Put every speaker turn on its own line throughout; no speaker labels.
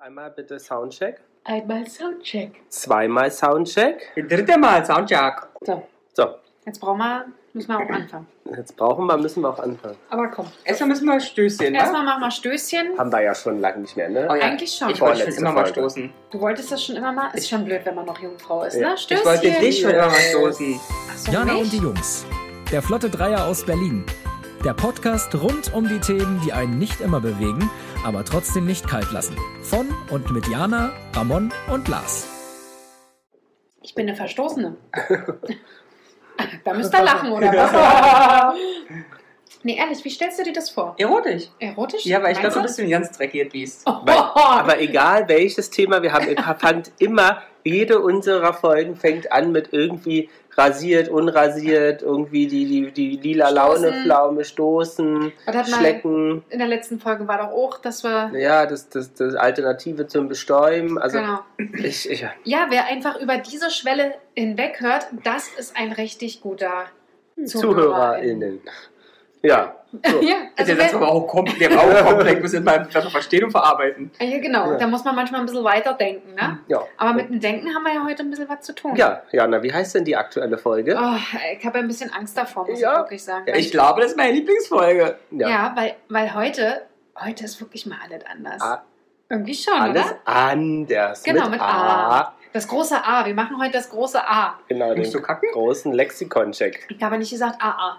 Einmal bitte Soundcheck.
Einmal Soundcheck.
Zweimal Soundcheck.
Dritte Mal Soundcheck.
So,
Jetzt brauchen wir, müssen wir auch anfangen.
jetzt brauchen wir, müssen wir auch anfangen.
Aber komm.
Erstmal müssen wir Stößchen, ne?
Erstmal machen wir Stößchen.
Haben wir ja schon lange nicht mehr, ne?
Oh ja.
Eigentlich schon.
Ich wollte schon
Vorletzte
immer mal
Folge.
stoßen.
Du wolltest das schon immer mal. Ist schon blöd, wenn man noch Jungfrau ist,
Ja.
ne? Stößchen.
Ich wollte dich schon immer mal stoßen.
Ach so,
Jana
mich?
und die Jungs. Der Flotte Dreier aus Berlin. Der Podcast rund um die Themen, die einen nicht immer bewegen, aber trotzdem nicht kalt lassen. Von und mit Jana, Ramon und Lars.
Ich bin eine Verstoßene. da müsst ihr lachen, oder was? nee, ehrlich, wie stellst du dir das vor?
Erotisch.
Erotisch?
Ja, aber ich glaube,
Meinst
du bist ein ganz dreckiges Biest. Also
Oh,
Weil, aber egal welches Thema wir haben, ich fand immer, jede unserer Folgen fängt an mit irgendwie rasiert, unrasiert, irgendwie die, die, die lila
Stoßen.
Launeflaume stoßen,
Was hat man-
schlecken.
In der letzten Folge war doch auch, dass wir.
Ja, das, das, das Alternative zum Bestäuben. Also
genau.
ich, ich,
Ja, wer einfach über diese Schwelle hinweg hört, das ist ein richtig guter
ZuhörerInnen. Ja. So.
Ja, also
der Satz
wer,
war auch komplex, der war auch komplex, muss ich mal das noch verstehen und verarbeiten.
ja, genau,
Ja.
da muss man manchmal ein bisschen weiterdenken, ne?
ja.
Aber mit dem Denken haben wir ja heute ein bisschen was zu tun.
Ja, Jana, wie heißt denn die aktuelle Folge?
Oh, ich habe ein bisschen Angst davor, muss
Ja.
ich wirklich sagen.
Ja,
Weil-
Ich glaube, das ist meine Lieblingsfolge.
ja. weil, weil heute, heute ist wirklich mal alles anders.
Ah.
Irgendwie schon,
Alles
oder?
anders.
Genau,
mit,
mit
A.
A. Das große A, wir machen heute das große A.
Genau, den
Musst du kacken?
großen Lexikoncheck.
Ich habe nicht gesagt AA.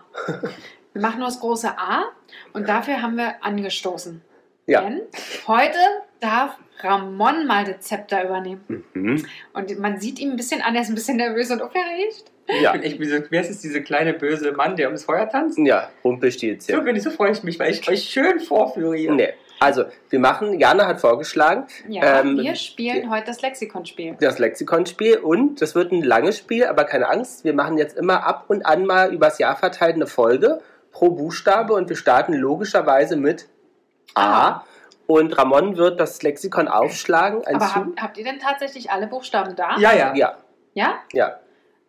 wir machen nur das große A und dafür haben wir angestoßen.
Ja.
Denn heute darf Ramon mal das Zepter übernehmen.
Mhm.
Und man sieht ihm ein bisschen an, er ist ein bisschen nervös und aufgeregt.
Ja.
Und ich bin so, wer ist das, dieser kleine böse Mann, der ums Feuer tanzt?
Ja, Rumpelstilzchen.
So bin ich, so freue ich mich, weil ich euch schön vorführe hier.
Nee. Also, wir machen, Jana hat vorgeschlagen,
Ja,
Ähm,
wir spielen heute das Lexikonspiel.
das Lexikonspiel und das wird ein langes Spiel, aber keine Angst, wir machen jetzt immer ab und an mal übers Jahr verteilt eine Folge pro Buchstabe und wir starten logischerweise mit A. Und Ramon wird das Lexikon aufschlagen. ein
Ah. Aber
Zu-
habt, habt ihr denn tatsächlich alle Buchstaben da?
Ja, ja.
ja,
Ja?
ja.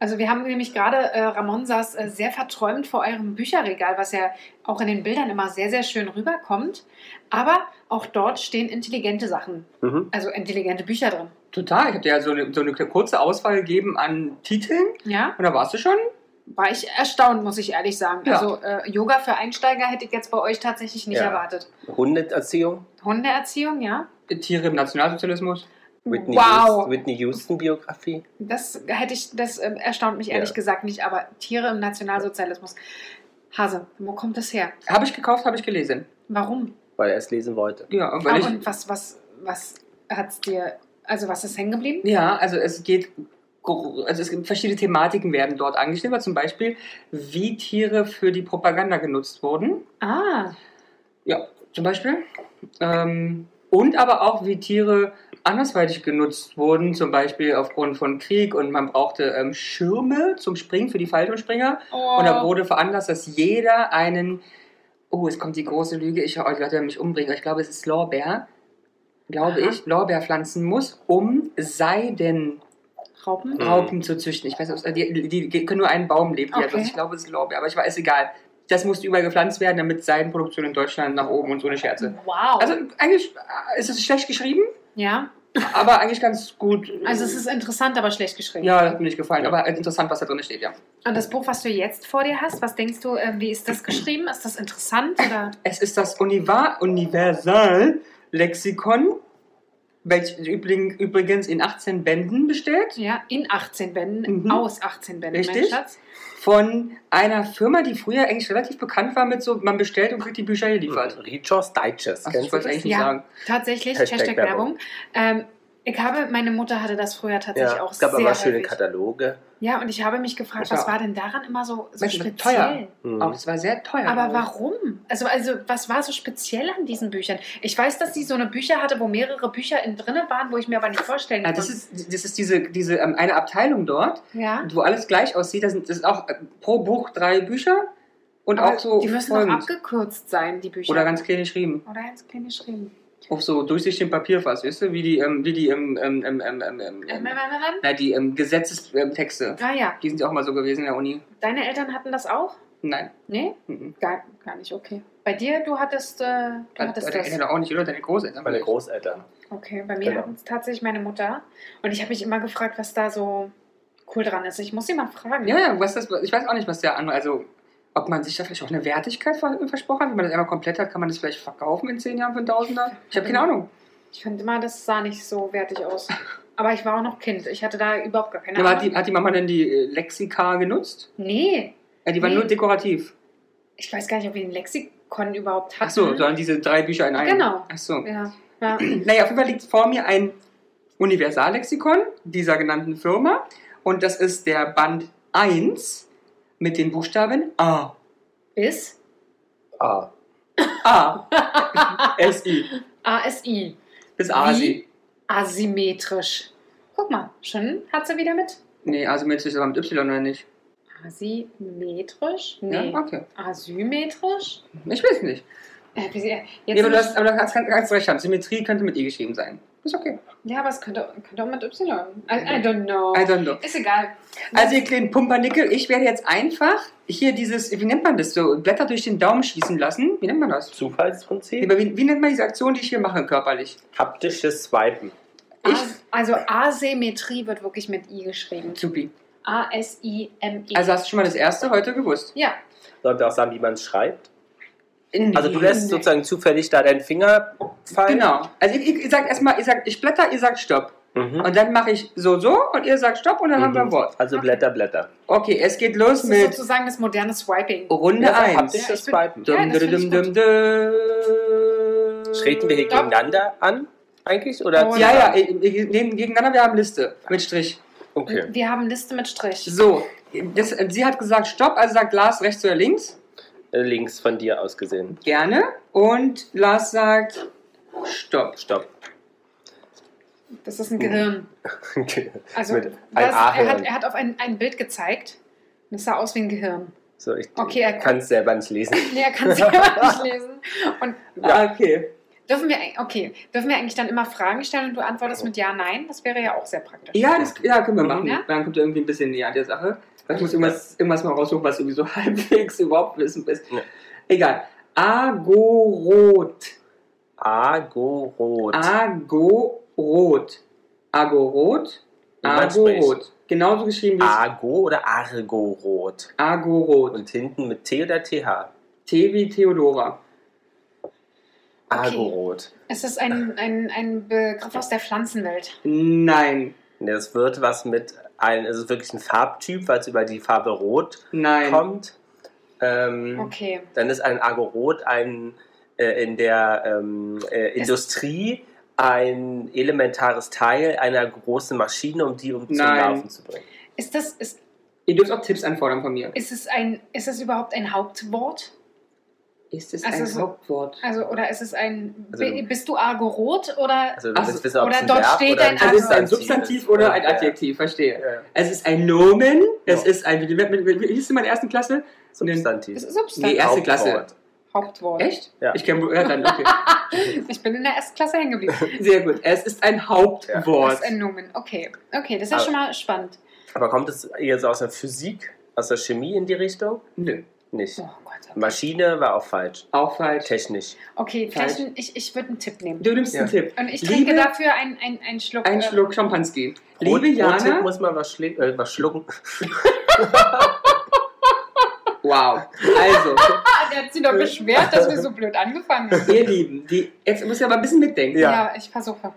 Also wir haben nämlich gerade, äh, Ramon saß äh, sehr verträumt vor eurem Bücherregal, was ja auch in den Bildern immer sehr, sehr schön rüberkommt. Aber auch dort stehen intelligente Sachen,
Mhm.
also intelligente Bücher drin.
Total. Ich habe dir ja so eine, so eine kurze Auswahl gegeben an Titeln.
Ja,
Und da warst du schon.
war ich erstaunt, muss ich ehrlich sagen.
Ja.
Also äh, Yoga für Einsteiger hätte ich jetzt bei euch tatsächlich nicht
Ja.
erwartet.
Hundeerziehung.
Hundeerziehung, ja.
Tiere im Nationalsozialismus.
Whitney, Houston,
wow,
Whitney Houston Biografie.
das hätte ich, das ähm, erstaunt mich ehrlich
Ja.
gesagt nicht, aber Tiere im Nationalsozialismus. Hase, wo kommt das her?
Habe ich gekauft, habe ich gelesen.
Warum?
weil er es lesen wollte.
Ja, und weil
Ah,
ich,
und was, was, was hat's dir, also was ist hängen geblieben?
Ja, also es geht, also es gibt verschiedene Thematiken werden dort angeschnitten, aber zum Beispiel, wie Tiere für die Propaganda genutzt wurden,
Ah,
zum Beispiel. Ähm, und aber auch, wie Tiere andersweitig genutzt wurden, zum Beispiel aufgrund von Krieg und man brauchte ähm, Schirme zum Springen für die Fallschirmspringer.
oh.
Und da wurde veranlasst, dass jeder einen, oh, es kommt die große Lüge, ich, oh, die Leute werden mich umbringen, ich glaube, es ist Lorbeer, glaube
Aha.
ich, Lorbeer pflanzen muss, um Seiden
Raupen?
Raupen zu züchten. Ich weiß nicht, ob's- die, die, die können nur einen Baum leben. Die
Okay.
hat was. ich glaube, es ist Lorbeer, aber ich weiß, egal. Das musste überall gepflanzt werden, damit Seidenproduktion in Deutschland nach oben und so eine Scherze.
Wow.
Also eigentlich äh, ist es schlecht geschrieben,
ja,
aber eigentlich ganz gut. äh,
also es ist interessant, aber schlecht geschrieben.
ja, hat mir nicht gefallen,
Ja.
aber interessant, was da drin steht, ja.
Und das Buch, was du jetzt vor dir hast, was denkst du, äh, wie ist das geschrieben? Ist das interessant oder?
Es ist das Univa Universal Lexikon, welches übrig- übrigens in 18 Bänden besteht,
Ja, in 18 Bänden,
Mhm.
aus 18 Bänden, mein
Richtig.
Schatz.
von einer Firma, die früher eigentlich relativ bekannt war mit so, man bestellt und kriegt die Bücher geliefert.
Reader's Hm. Digest.
Ach, ich
Mhm. kennst du
wollte es
das?
eigentlich nicht
Ja.
sagen.
Tatsächlich,
Hashtag
Hashtag, Werbung. Ähm, ich habe, meine Mutter hatte das früher tatsächlich
Ja,
auch
es gab
sehr
aber schöne
häufig.
Kataloge.
Ja, und ich habe mich gefragt,
Ja.
was war denn daran immer so, so
Mensch, das
speziell?
ist teuer.
Mhm.
Aber es war sehr teuer.
Aber warum? Also, also, was war so speziell an diesen Büchern? Ich weiß, dass sie so eine Bücher hatte, wo mehrere Bücher in drinnen waren, wo ich mir aber nicht vorstellen
Ja,
kann.
das ist, das ist diese, diese ähm, eine Abteilung dort,
ja.
wo alles gleich aussieht. Das sind, das sind auch äh, pro Buch drei Bücher und
Aber
auch so
die müssen
folgend.
doch abgekürzt sein, die Bücher.
oder ganz klein geschrieben.
Oder ganz klein geschrieben.
Auf so durchsichtigem Papier fast, weißt du? Wie die, ähm, wie die, ähm, ähm, ähm, ähm, ähm, ähm,
Ähm, ähm, ähm,
ähm,
ähm.
na, die ähm, Gesetzestexte.
Ah ja,
Die sind ja auch mal so gewesen in der Uni.
deine Eltern hatten das auch?
Nein.
Nee,
mhm.
gar, gar nicht, okay. Bei dir, du hattest, äh, du hattest
Deine
das.
Eltern auch nicht, oder? Deine Großeltern?
Meine Großeltern.
Okay, bei mir
Genau.
hatten es tatsächlich meine Mutter. Und ich habe mich immer gefragt, was da so cool dran ist. Ich muss sie mal fragen.
Ja, ja, was das, ich weiß auch nicht, was der andere, also ob man sich da vielleicht auch eine Wertigkeit ver äh, versprochen hat. Wenn man das einmal komplett hat, kann man das vielleicht verkaufen in zehn Jahren für einen Tausender. Ich habe keine Ahnung.
Ich fand immer, das sah nicht so wertig aus. Aber ich war auch noch Kind. Ich hatte da überhaupt gar keine
Aber hat
Ahnung.
die, hat die Mama denn die äh, Lexika genutzt?
nee,
Ja, die waren
Nee.
nur dekorativ.
ich weiß gar nicht, ob wir ein Lexikon überhaupt hatten.
Achso, sondern diese drei Bücher in einem.
Genau.
Achso.
Ja. ja.
Naja, auf jeden Fall liegt vor mir ein Universallexikon dieser genannten Firma. Und das ist der Band 1 mit den Buchstaben A.
Bis
Ah.
A. S-I.
ASI.
Bis Asi.
Asymmetrisch. Guck mal, schon hat sie wieder mit.
Nee, asymmetrisch, aber mit Y oder nicht?
Asymmetrisch? Nee.
Ja, okay.
Asymmetrisch?
Ich weiß nicht.
Äh, wie sie, jetzt
Nee, aber du,
nicht-
hast, aber du hast ganz, ganz recht haben. Symmetrie könnte mit I geschrieben sein. Ist okay.
ja, aber es könnte, könnte auch mit Y. I, I don't know.
I don't know.
Ist egal.
Also ihr kleinen Pumpernickel, ich werde jetzt einfach hier dieses, wie nennt man das so, Blätter durch den Daumen schießen lassen. Wie nennt man das? Nee,
Zufallsprinzip?
aber Wie, wie nennt man diese Aktion, die ich hier mache körperlich?
Haptisches Swipen.
Ich,
also Asymmetrie wird wirklich mit I geschrieben.
Zupi.
A-S-I-M-E.
Also hast du schon mal das erste heute gewusst?
E. ja,
Sollen wir auch sagen, wie man es schreibt?
Nee.
Also du lässt sozusagen zufällig da deinen Finger fallen.
Genau. Also ich, ich, ich sag erstmal, ihr sagt, ich blätter, ihr sagt Stopp.
Mhm.
Und dann mache ich so, so und ihr sagt Stopp und dann haben wir ein Wort.
Also
Okay.
Blätter, Blätter.
Okay, es geht los
das ist
mit
sozusagen das moderne Swiping.
Runde
Also
1.
Haptisches
Ja,
Swipen.
Ja, das find ich gut.
Treten wir hier
Stopp.
gegeneinander an eigentlich? Oder
Oh,
Ja, ja, ich- ich- nee, gegeneinander, wir haben Liste mit Strich.
Okay.
Wir haben Liste mit Strich.
So, das, sie hat gesagt Stopp, also sagt Lars rechts oder links.
Äh, Links von dir aus gesehen.
Gerne. Und Lars sagt Stopp.
Stopp.
Das ist ein
Hm.
Gehirn.
Okay.
Also
Mit ein
das, er, hat,
A-Hirn.
er hat auf ein, ein Bild gezeigt. Das sah aus wie ein Gehirn.
So, ich
Okay, er
kann es selber nicht lesen.
Nee, er kann es selber nicht lesen. Und
Ja. Ah, Okay.
dürfen wir, eig- okay, dürfen wir eigentlich dann immer Fragen stellen und du antwortest mit Ja, Nein? Das wäre ja auch sehr praktisch.
Ja, das ja, können wir machen.
Ja?
Dann kommt er irgendwie ein bisschen näher an der Sache. Ich muss irgendwas, irgendwas mal raussuchen, was irgendwie so halbwegs überhaupt wissen ist.
Ja.
Egal. Agorot.
Agorot.
Ah, Agorot. Agorot.
Wie man spricht.
Agorot. Genauso geschrieben wie es-
Argo oder Argorot?
Agorot.
Und hinten mit T oder TH?
T wie Theodora.
Argorot.
Es ist ein, ein, ein Begriff aus der Pflanzenwelt.
Nein.
Und Das wird was mit ein, es ist wirklich ein Farbtyp, weil es über die Farbe Rot
Nein.
kommt. Ähm,
Okay.
Dann ist ein Agorot ein äh, in der ähm, äh, Industrie ein elementares Teil einer großen Maschine, um die um zum
Nein.
Laufen zu bringen.
Ist das, ist,
Ihr dürft auch Tipps anfordern von mir.
ist es ein, ist es überhaupt ein Hauptwort?
Ist es
Also
ein
so-
Hauptwort?
Also, oder ist es ein,
Also du-
bist du argorot oder?
Also
Ach
du
so.
willst wissen, ob
Oder
es ein
dort
Verb
steht
oder
ein
Also ist es ein
Substantiv
Substantiv oder ein
Ja, ja.
Adjektiv, verstehe.
Ja,
Es ist ein Nomen, es
Ja.
ist ein, wie, wie, wie, wie hieß es in meiner ersten Klasse?
das
Substantiv.
ist Substanz.
Nee, erste Klasse.
Hauptwort.
Hauptwort.
Echt?
Ja.
Ich kenne, ja dann, okay.
Ich bin in der ersten Klasse hängen geblieben.
Sehr gut. Es ist ein Hauptwort.
Das ist ein Nomen. Okay. Okay, das ist ja
Aber-
schon mal spannend.
Aber kommt es eher so aus der Physik, aus der Chemie in die Richtung?
Nö,
Nicht.
Oh Gott.
Maschine war auch falsch.
auch falsch.
Technisch.
Okay,
Falsch.
Flaschen, ich, ich würde einen Tipp nehmen.
Du nimmst
Ja.
einen Tipp.
Und ich
Liebe-
trinke dafür einen ein, ein Schluck.
Ein
äh,
Schluck Champanski.
Rot-
Liebe
Rottipp
Jana.
muss man was, schli- äh, was schlucken.
Wow. Also,
Ah, der hat sich doch beschwert, dass wir so blöd angefangen haben.
ihr Lieben, die, jetzt muss ich aber ein bisschen mitdenken.
Ja.
Ja, ich versuche.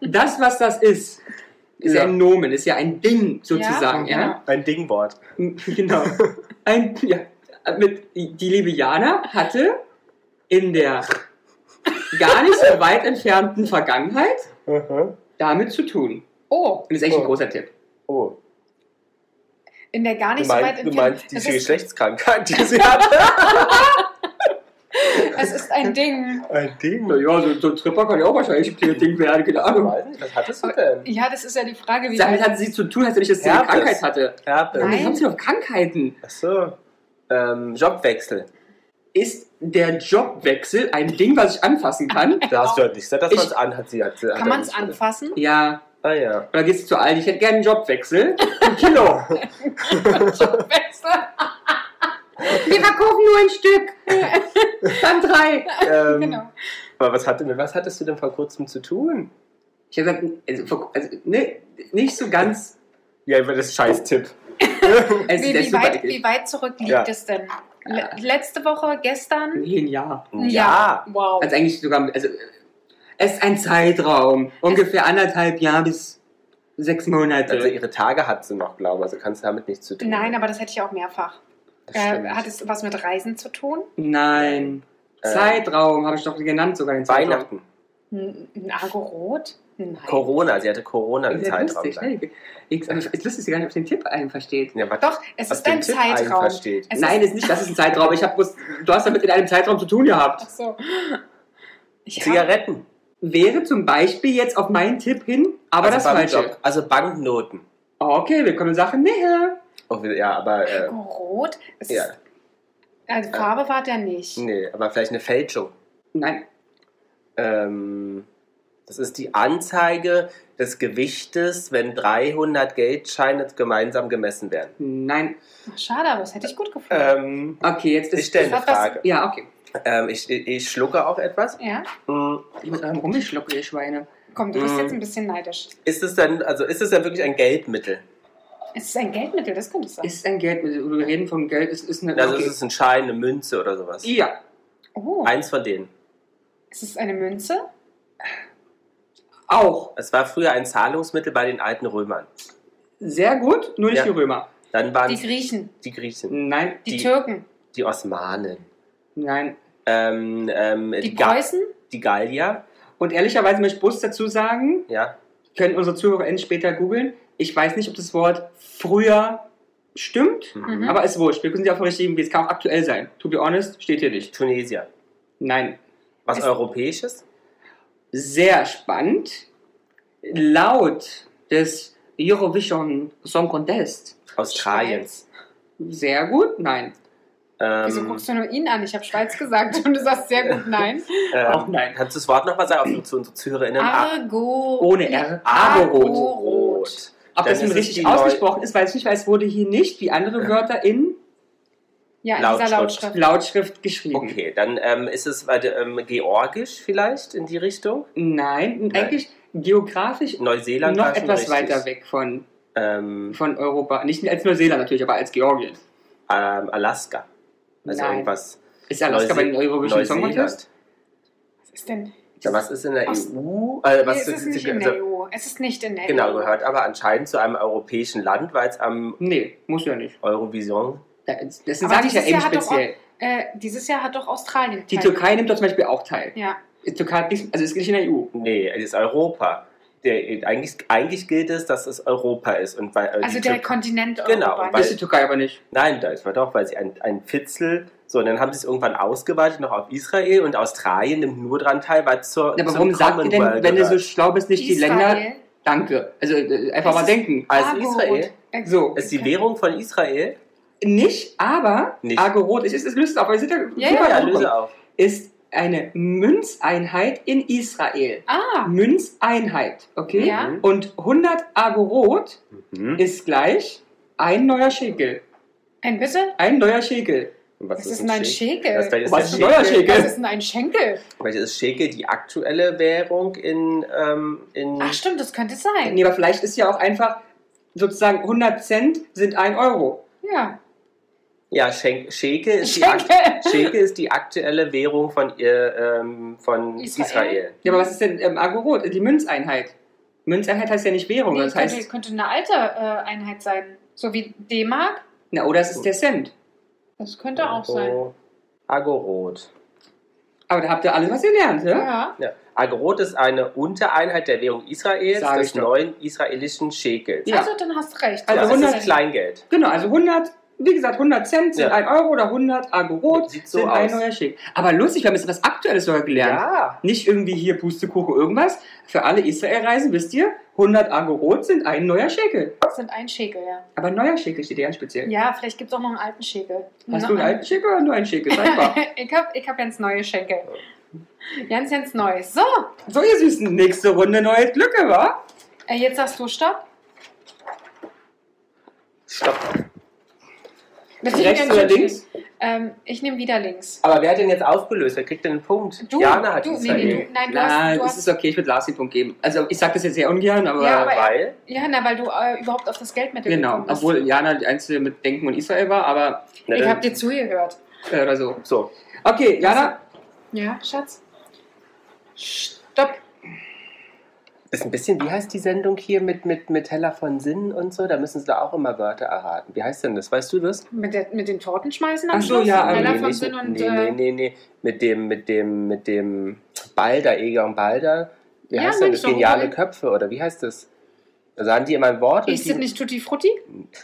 Das, was das ist, ist
Ja.
ja. ein Nomen, ist ja ein Ding sozusagen. Ja,
genau.
Ein Dingwort.
Genau. Ein, ja, mit, die liebe Jana hatte in der gar nicht so weit entfernten Vergangenheit
Mhm.
damit zu tun.
Oh,
Und das ist echt ein
Oh.
großer Tipp.
Oh.
in der gar
Du
nicht
meinst,
so weit
du
entfernt.
meinst
Es
diese
ist,
Geschlechtskrankheit, die sie hatte?
es ist ein Ding.
Ein Ding?
Naja, so, so ein Tripper kann ja auch wahrscheinlich ein Ding werden, keine
Ich
Ahnung.
weiß nicht, was hattest du denn?
Ja, das ist ja die Frage, wie
Damit
weit.
hatte sie zu tun, als wenn ich das eine
Herpes.
Krankheit hatte.
Herpes.
Nein.
Nein.
haben sie doch Krankheiten.
Achso. Ähm, Jobwechsel.
Ist der Jobwechsel ein Ding, was ich anfassen kann?
Da hast du halt nicht gesagt, dass
Ich-
man es anhat. Sie hat, sie hat
Kann man es
nicht gesagt.
anfassen?
Ja.
Ah ja.
Oder gehst du zu Aldi? Ich hätte gerne einen Jobwechsel. Ein Kilo.
Besser.
Wir verkaufen nur ein Stück. Dann drei.
Ähm,
Genau.
Aber was, hatte, mit was hattest du denn vor kurzem zu tun?
Ich habe gesagt, also, vor- also ne, nicht so ganz.
Ja, über das Scheiß-Tipp.
Also,
Wie,
das
wie,
super-
weit, wie weit zurück liegt
Ja.
es denn? Le letzte Woche, gestern?
Nee, ein Jahr.
Ein Jahr. Wow.
Also eigentlich sogar, also es ist ein Zeitraum. Ungefähr anderthalb Jahr bis sechs Monate.
Also ihre Tage hat sie noch, glaube ich. Also kannst du damit nichts zu tun.
Nein, aber das hätte ich auch mehrfach.
Das
Äh,
stimmt.
hat es was mit Reisen zu tun?
Nein.
Äh,
Zeitraum habe ich doch genannt sogar den Zeitraum.
Weihnachten.
Ein ein Argo-Rot? Nein.
Corona. Sie hatte Corona im
Sehr
Zeitraum.
lustig,
sein.
ne? Ich, aber es ist lustig, dass ihr gar nicht auf den Tipp einen versteht.
Ja, was
Doch, es
was
ist ein
den Tipp
Zeitraum.
einen versteht.
Es
Nein,
ist,
ist nicht, das ist ein Zeitraum. Ich hab, bloß- du hast damit in einem Zeitraum zu tun gehabt.
ach so. Ich hab,
Zigaretten.
Wäre zum Beispiel jetzt auf meinen Tipp hin, aber
also
das
beim
Falsche. Oh,
Job. Also Banknoten.
Okay, wir kommen Sachen näher.
Oh, ja, aber. Äh,
Argo-Rot? Es
ja,
ist- Also Farbe war der nicht.
nee, aber vielleicht eine Fälschung.
Nein,
Ähm, das ist die Anzeige des Gewichtes, wenn 300 Geldscheine gemeinsam gemessen werden.
nein.
Ach, schade, aber das hätte ich gut gefunden.
Ähm,
Okay, jetzt
ich
ist.
stelle eine
das hat was-
Frage.
Ja, okay.
Ähm, ich, ich schlucke auch etwas.
ja?
Hm,
Ich muss einem rumgeschluckt, ihr Schweine.
Komm, du bist
Mm.
jetzt ein bisschen neidisch.
Ist es dann, also ist es dann wirklich ein Geldmittel?
Es ist ein Geldmittel, das könnte es sein.
Ist ein Geld, wir reden von Geld, es ist eine.
Also
okay.
ist es ein Schein, eine Münze oder sowas?
ja,
Oh,
Eins von denen.
ist es eine Münze?
auch.
Es war früher ein Zahlungsmittel bei den alten Römern.
Sehr gut, nur nicht
Ja.
die Römer.
Dann waren
Die
es
Griechen,
die Griechen,
Nein,
die,
Die-
Türken,
die Osmanen,
nein.
ähm, ähm,
die
Ga-
Preußen.
die Gallier,
Und ehrlicherweise möchte ich bloß dazu sagen,
ja.
können unsere ZuhörerInnen später googeln. Ich weiß nicht, ob das Wort früher stimmt,
Mhm.
aber ist wurscht. Wir können sie auf dem richtigen Weg. Es kann auch aktuell sein. To be honest, steht hier nicht.
Tunesier.
Nein.
Was
Es-
Europäisches?
Sehr spannend. Laut des Eurovision Song Contest.
Australien.
Schweiz.
Sehr gut, nein.
Wieso
Ähm,
guckst du nur ihn an? Ich habe Schweiz gesagt und du sagst sehr gut nein.
ähm,
Auch nein. Ah,
Kannst du das Wort nochmal sagen, auf, zu unseren ZuhörerInnen?
Argo.
Ohne R.
Argo.
Arborot.
Rot.
Ob
Ah, Dann ist
das nun
es die
richtig
neu-
ausgesprochen ist, weiß ich nicht, weil es wurde hier nicht wie andere Wörter in
Ja, in
Lautschrift.
dieser Lautschrift.
Lautschrift geschrieben.
Okay, dann ähm, ist es warte, ähm, georgisch vielleicht in die Richtung?
Nein, und
Nein.
eigentlich geografisch
Neuseeland
noch
war schon
etwas
richtig.
weiter weg von
Ähm,
von Europa. Nicht als Neuseeland natürlich, aber als Georgien.
ähm, Alaska. Also
Nein.
irgendwas.
Ist
Neuse-
Alaska bei den Eurovision Song Contest?
Neuseeland.
Was ist denn?
Ja, was ist in der
Ost-
EU? Äh,
Nee,
was
es ist nicht in der E EU. Es ist nicht in der
Genau,
EU.
gehört aber anscheinend zu einem europäischen Land, weil es am
Nee, muss ja nicht.
Eurovision.
Da- Das
Aber
sage ich ja
dieses
eben
Jahr hat doch
speziell.
Äh, dieses Jahr hat doch Australien.
Die
teil-
Türkei nimmt dort zum Beispiel auch teil.
Ja.
Die Türkei hat nichts, also ist nicht in der EU.
Nee, es ist Europa. Der, eigentlich, eigentlich gilt es, dass es Europa ist. Und weil, äh,
Also
die
der
Tür-
Kontinent
Genau,
Europa.
weil-
ist die Türkei aber nicht.
Nein, da ist war doch, weil sie ein, ein Fitzel. So, und dann haben sie es irgendwann ausgeweitet noch auf Israel und Australien nimmt nur dran teil, weil es zur.
Aber
zum
warum sagt ihr denn,
Commonwealth
wenn ihr so
gehört.
schlau bist, nicht die Länder?
Israel,
Danke. Also äh, einfach
Es
mal
ist-
denken.
Also
Argo
Israel?
Rot.
So.
Ist die Währung von Israel?
Nicht, aber
Nicht.
Agorot, ich, es ist löst auf, weil sind ja,
Ja,
super
Ja,
drauf
löse
gekommen.
auf.
ist eine Münzeinheit in Israel.
Ah,
Münzeinheit, okay?
Ja.
Und 100 Agorot
Mhm.
ist gleich ein neuer Schäkel.
ein bitte?
Ein neuer Schäkel.
Und Was
Das ist ein Schäkel.
Das, vielleicht ist
Was ist ein
der
neuer
Schäkel,
Was
Schäkel?
ist denn ein Schenkel?
vielleicht ist Schäkel die aktuelle Währung in, ähm, in
Ach stimmt, das könnte sein.
Nee, aber vielleicht ist ja auch einfach sozusagen 100 Cent sind ein Euro.
Ja.
ja, Schenk, Schäkel, ist die akt-
Schenkel.
Schäkel ist die aktuelle Währung von, ihr, ähm, von
Israel?
Israel.
Ja, aber was ist denn ähm, Agorot? Die Münzeinheit. Münzeinheit heißt ja nicht Währung,
Nee,
das
könnte,
heißt,
könnte eine alte äh, Einheit sein. So wie D-Mark.
na, oder es ist der Cent.
Das könnte
Oh.
auch sein.
Agorot.
Aber da habt ihr alles, was ihr lernt, ne?
Ja.
Ja. Agorot ist eine Untereinheit der Währung Israels,
Sag ich
des
doch.
neuen israelischen Schäkels.
Ja.
Also dann hast du recht.
Also
Also
Das
100
ist ein-
Kleingeld.
Genau, also 100, wie gesagt, 100 Cent sind
Ja.
ein Euro oder 100 Agorot
Sieht so
sind ein
aus.
neuer Schäkel. Aber lustig, wir haben jetzt was Aktuelles sogar gelernt.
Ja.
Nicht irgendwie hier Pustekuchen irgendwas. Für alle Israel-Reisen, wisst ihr, 100 Agorot sind ein neuer Schäkel.
Das sind ein Schäkel, ja.
Aber neuer Schäkel steht ja ganz speziell.
Ja, vielleicht gibt es auch noch einen alten Schäkel.
Hast du einen alten Schäkel oder einen neuen Schäkel? Sag mal.
ich habe ich hab ganz neue Schenkel.
Oh.
Ganz, ganz neu. So,
so, ihr Süßen, nächste Runde neues Glück, wa?
äh, jetzt sagst du Stopp.
Stopp.
Das ist
Rechts
mir
oder
ein Schild.
links?
Ähm, ich nehme wieder links.
Aber wer hat denn jetzt aufgelöst? Wer kriegt denn einen Punkt?
Du,
Jana hat
du,
die
nee,
zwei
halt
nee,
gegeben.
du, nein, du hast,
Nein,
du
es
hast,
ist okay, ich würde Lars den Punkt geben. Also ich sage das jetzt sehr ungern, aber,
Ja, aber-
Weil,
ja, na, weil du äh, überhaupt auf das Geldmittel
genau.
gekommen bist.
Obwohl Jana die Einzige mit Denken und Israel war, aber
na,
ich
dann-
habe dir zugehört.
äh, oder so.
so.
Okay, Jana,
Ja, Schatz? Stopp.
Ist ein bisschen, wie heißt die Sendung hier mit, mit, mit Hella von Sinnen und so? Da müssen sie da auch immer Wörter erraten. Wie heißt denn das? Weißt du das?
Mit, der, mit den Torten schmeißen
Ach so, ja, aber
Bella
nee,
von
nicht
Sinn
mit,
und...
nee, nee,
äh,
nee, nee. Mit dem, mit dem, mit dem Balder, Eger und Balder. Wie
Ja,
heißt denn das?
Mensch, doch,
Geniale
wohl.
Köpfe oder wie heißt das? Also haben die immer ein Wort
Ist das
die,
nicht Tutti Frutti?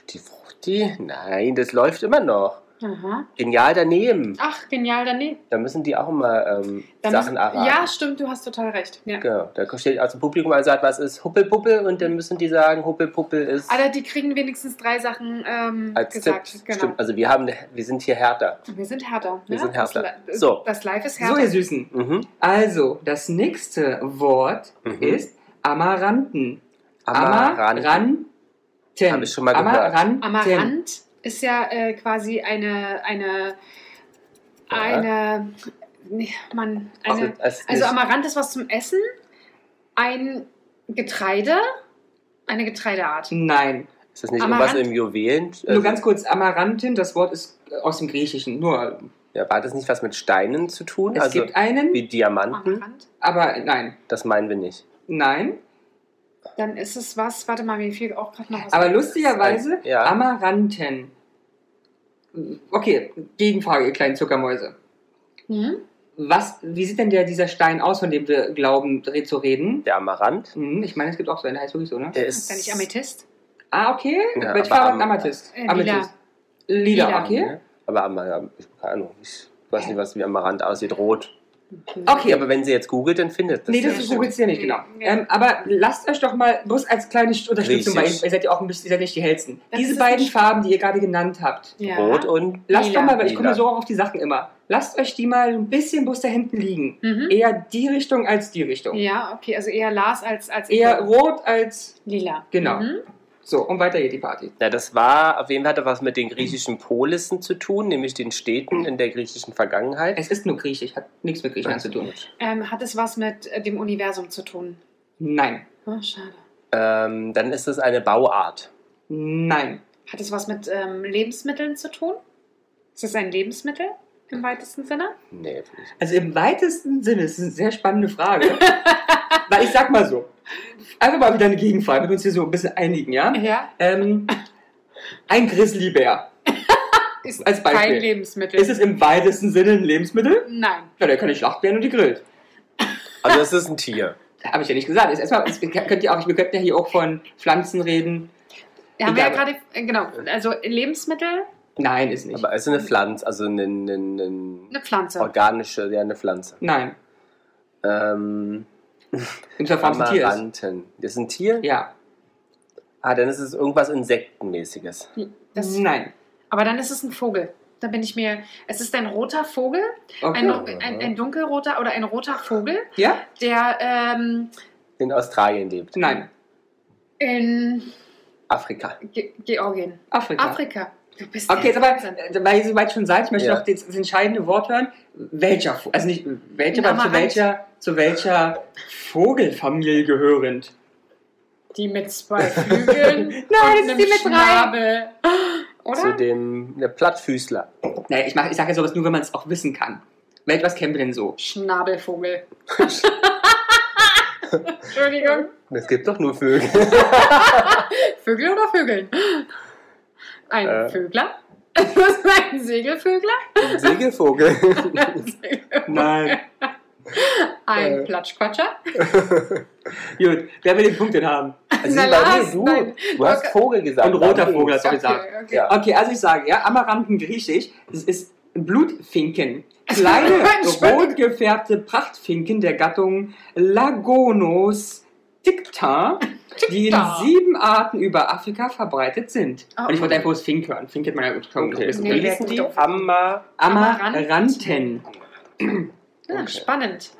die Fruchti? Nein, das läuft immer noch.
Aha.
Genial daneben.
Ach, genial, dann nee.
Da müssen die auch immer ähm,
Dann
Sachen
müssen-
erraten.
Ja, stimmt, du hast total recht. Ja.
Genau, da steht also Publikum und sagt, was ist Huppelpuppel und dann müssen die sagen, Huppelpuppel ist
Aber die kriegen wenigstens drei Sachen ähm,
als
gesagt.
Tipp.
Genau.
Stimmt, also wir haben wir sind hier härter.
Wir sind härter.
Wir
ne?
sind härter.
Das, Li-
So.
das Live ist
so
härter.
ihr Süßen.
Mhm.
Also, das nächste Wort
Mhm.
ist Amaranten.
Amaranth.
Amaranten.
Hab ich schon mal gehört.
Amaranten.
Amarant ist ja äh, quasi eine, eine,
Ja.
eine, nee, Mann, eine,
Also, es ist
also
nicht-
Amarant ist was zum Essen, ein Getreide, eine Getreideart.
Nein.
ist das nicht
Amaranth?
irgendwas im Juwelen? Also,
Nur ganz kurz, Amarantin, das Wort ist aus dem Griechischen. Nur,
ja, war das nicht was mit Steinen zu tun?
es
also
gibt einen,
wie Diamanten?
Amarant.
aber nein,
Das meinen wir nicht.
nein.
Dann ist es was, warte mal, mir fiel auch gerade noch was.
Aber
ein.
lustigerweise,
Ja.
Amaranten. Okay, Gegenfrage, ihr kleinen Zuckermäuse.
Hm?
Was, wie sieht denn der, dieser Stein aus, von dem wir glauben, re- zu reden?
Der Amaranth?
Hm, ich meine, es gibt auch so einen, der heißt wirklich so, ne?
Der
Ist der nicht Amethyst?
Ah, okay.
Ja,
Welche
aber
Farbe hat ein
am-
Amethyst?
Äh, lila.
Amethyst. Lila,
Lila.
okay.
Ne? Aber Amaranth, ich keine Ahnung. Ich weiß nicht, was wie Amaranth aussieht. Rot.
Okay.
Ja, aber wenn sie jetzt googelt, dann findet das.
Nee,
Ja,
das
stimmt.
googelt es ja nicht, genau.
Nee.
Ähm, aber lasst euch doch mal bloß als kleine St- Unterstützung, weil
Griechisch.
ihr ihr seid ja auch ein bisschen, ihr seid nicht die hellsten.
Das
Diese
ist
beiden
nicht-
Farben, die ihr gerade genannt habt,
Ja.
Rot und
lasst
Lila.
doch mal, weil ich komme
Lila.
so auch auf die Sachen immer. Lasst euch die mal ein bisschen bloß da hinten liegen.
Mhm.
Eher die Richtung als die Richtung.
Ja, okay, also eher Lars als, als
Eher rot als.
lila.
Genau.
Mhm.
So, und weiter geht die Party.
Na, das war, auf jeden Fall hatte was mit den griechischen Polissen zu tun, nämlich den Städten in der griechischen Vergangenheit.
Es ist nur griechisch, hat nichts mit Griechenland zu tun.
Ähm, hat es was mit äh, dem Universum zu tun?
Nein.
Ah, schade.
Ähm, dann ist es eine Bauart.
Nein.
Hat es was mit ähm, Lebensmitteln zu tun? Ist es ein Lebensmittel im weitesten Sinne?
Nee, finde ich.
Also im weitesten Sinne ist es eine sehr spannende Frage. Weil ich sag mal so, einfach mal wieder eine Gegenfrage, damit wir uns hier so ein bisschen einigen, ja?
Ja.
Ähm, ein Grizzlybär.
Ist
Als Beispiel.
kein Lebensmittel.
Ist es im weitesten Sinne ein Lebensmittel?
Nein.
Ja, der kann die Schlachtbeeren und die grillt.
Also es ist ein Tier.
Habe ich ja nicht gesagt. Ist erstmal, ist, könnt ihr auch, wir könnten ja hier auch von Pflanzen reden.
Wir haben ja
Egal.
gerade, äh, genau, also Lebensmittel,
Nein, ist nicht.
Aber es ist eine Pflanze, also eine, eine, eine
eine Pflanze.
organische, ja, eine Pflanze.
Nein.
Ähm,
Im Verfahren ein Tier ist.
Amaranten. Das ist ein Tier?
Ja.
Ah, dann ist es irgendwas Insektenmäßiges.
Das,
Nein.
aber dann ist es ein Vogel. Da bin ich mir. Es ist ein roter Vogel, ein,
Okay.
ein, ein dunkelroter oder ein roter Vogel,
Ja?
der ähm,
In Australien lebt.
Nein.
in
Afrika.
Ge Georgien,
Afrika.
Afrika. Du bist
Okay, jetzt
der
aber,
Wahnsinn.
äh, weil ihr so weit schon seid, ich möchte
Ja.
noch das, das entscheidende Wort hören. Welcher, Vo- also nicht welcher,
Na,
aber zu
Amaranth.
welcher, zu welcher Vogelfamilie gehörend?
Die mit zwei Flügeln. Nein,
das ist die mit drei.
Schnabel. Oder?
Zu dem der Plattfüßler.
Naja, ich, mach- ich sage ja sowas nur, wenn man es auch wissen kann. Wel- Was kennen wir denn so?
Schnabelvogel. Entschuldigung.
Es gibt doch nur Vögel.
Vögel oder Vögeln? Ein
Äh.
Vögler? ein Segelvögler?
Ein Segelvogel.
Nein.
Ein
Äh.
Platschquatscher?
Gut, wer will den Punkt denn haben?
Also
Na,
bei
Lars,
mir, du,
nein.
du hast
Okay.
Vogel gesagt.
Und roter
Lars.
Vogel hast du
Okay,
gesagt.
okay.
Ja.
Okay, also ich sage, ja, Amaranten griechisch, das ist Blutfinken. Kleine,
Entschuldigung.
rot gefärbte Prachtfinken der Gattung Lagonos ticta, die in
Ticta.
sieben Arten über Afrika verbreitet sind.
Ah,
Und ich wollte
okay.
einfach das Fink hören. Fink hätte man ja gut kaum
Okay.
gewusst.
Nee,
Wie
der
hießen
ist
die?
doof.
Amma.
Amaranten.
Ja,
Okay.
Ah, Spannend.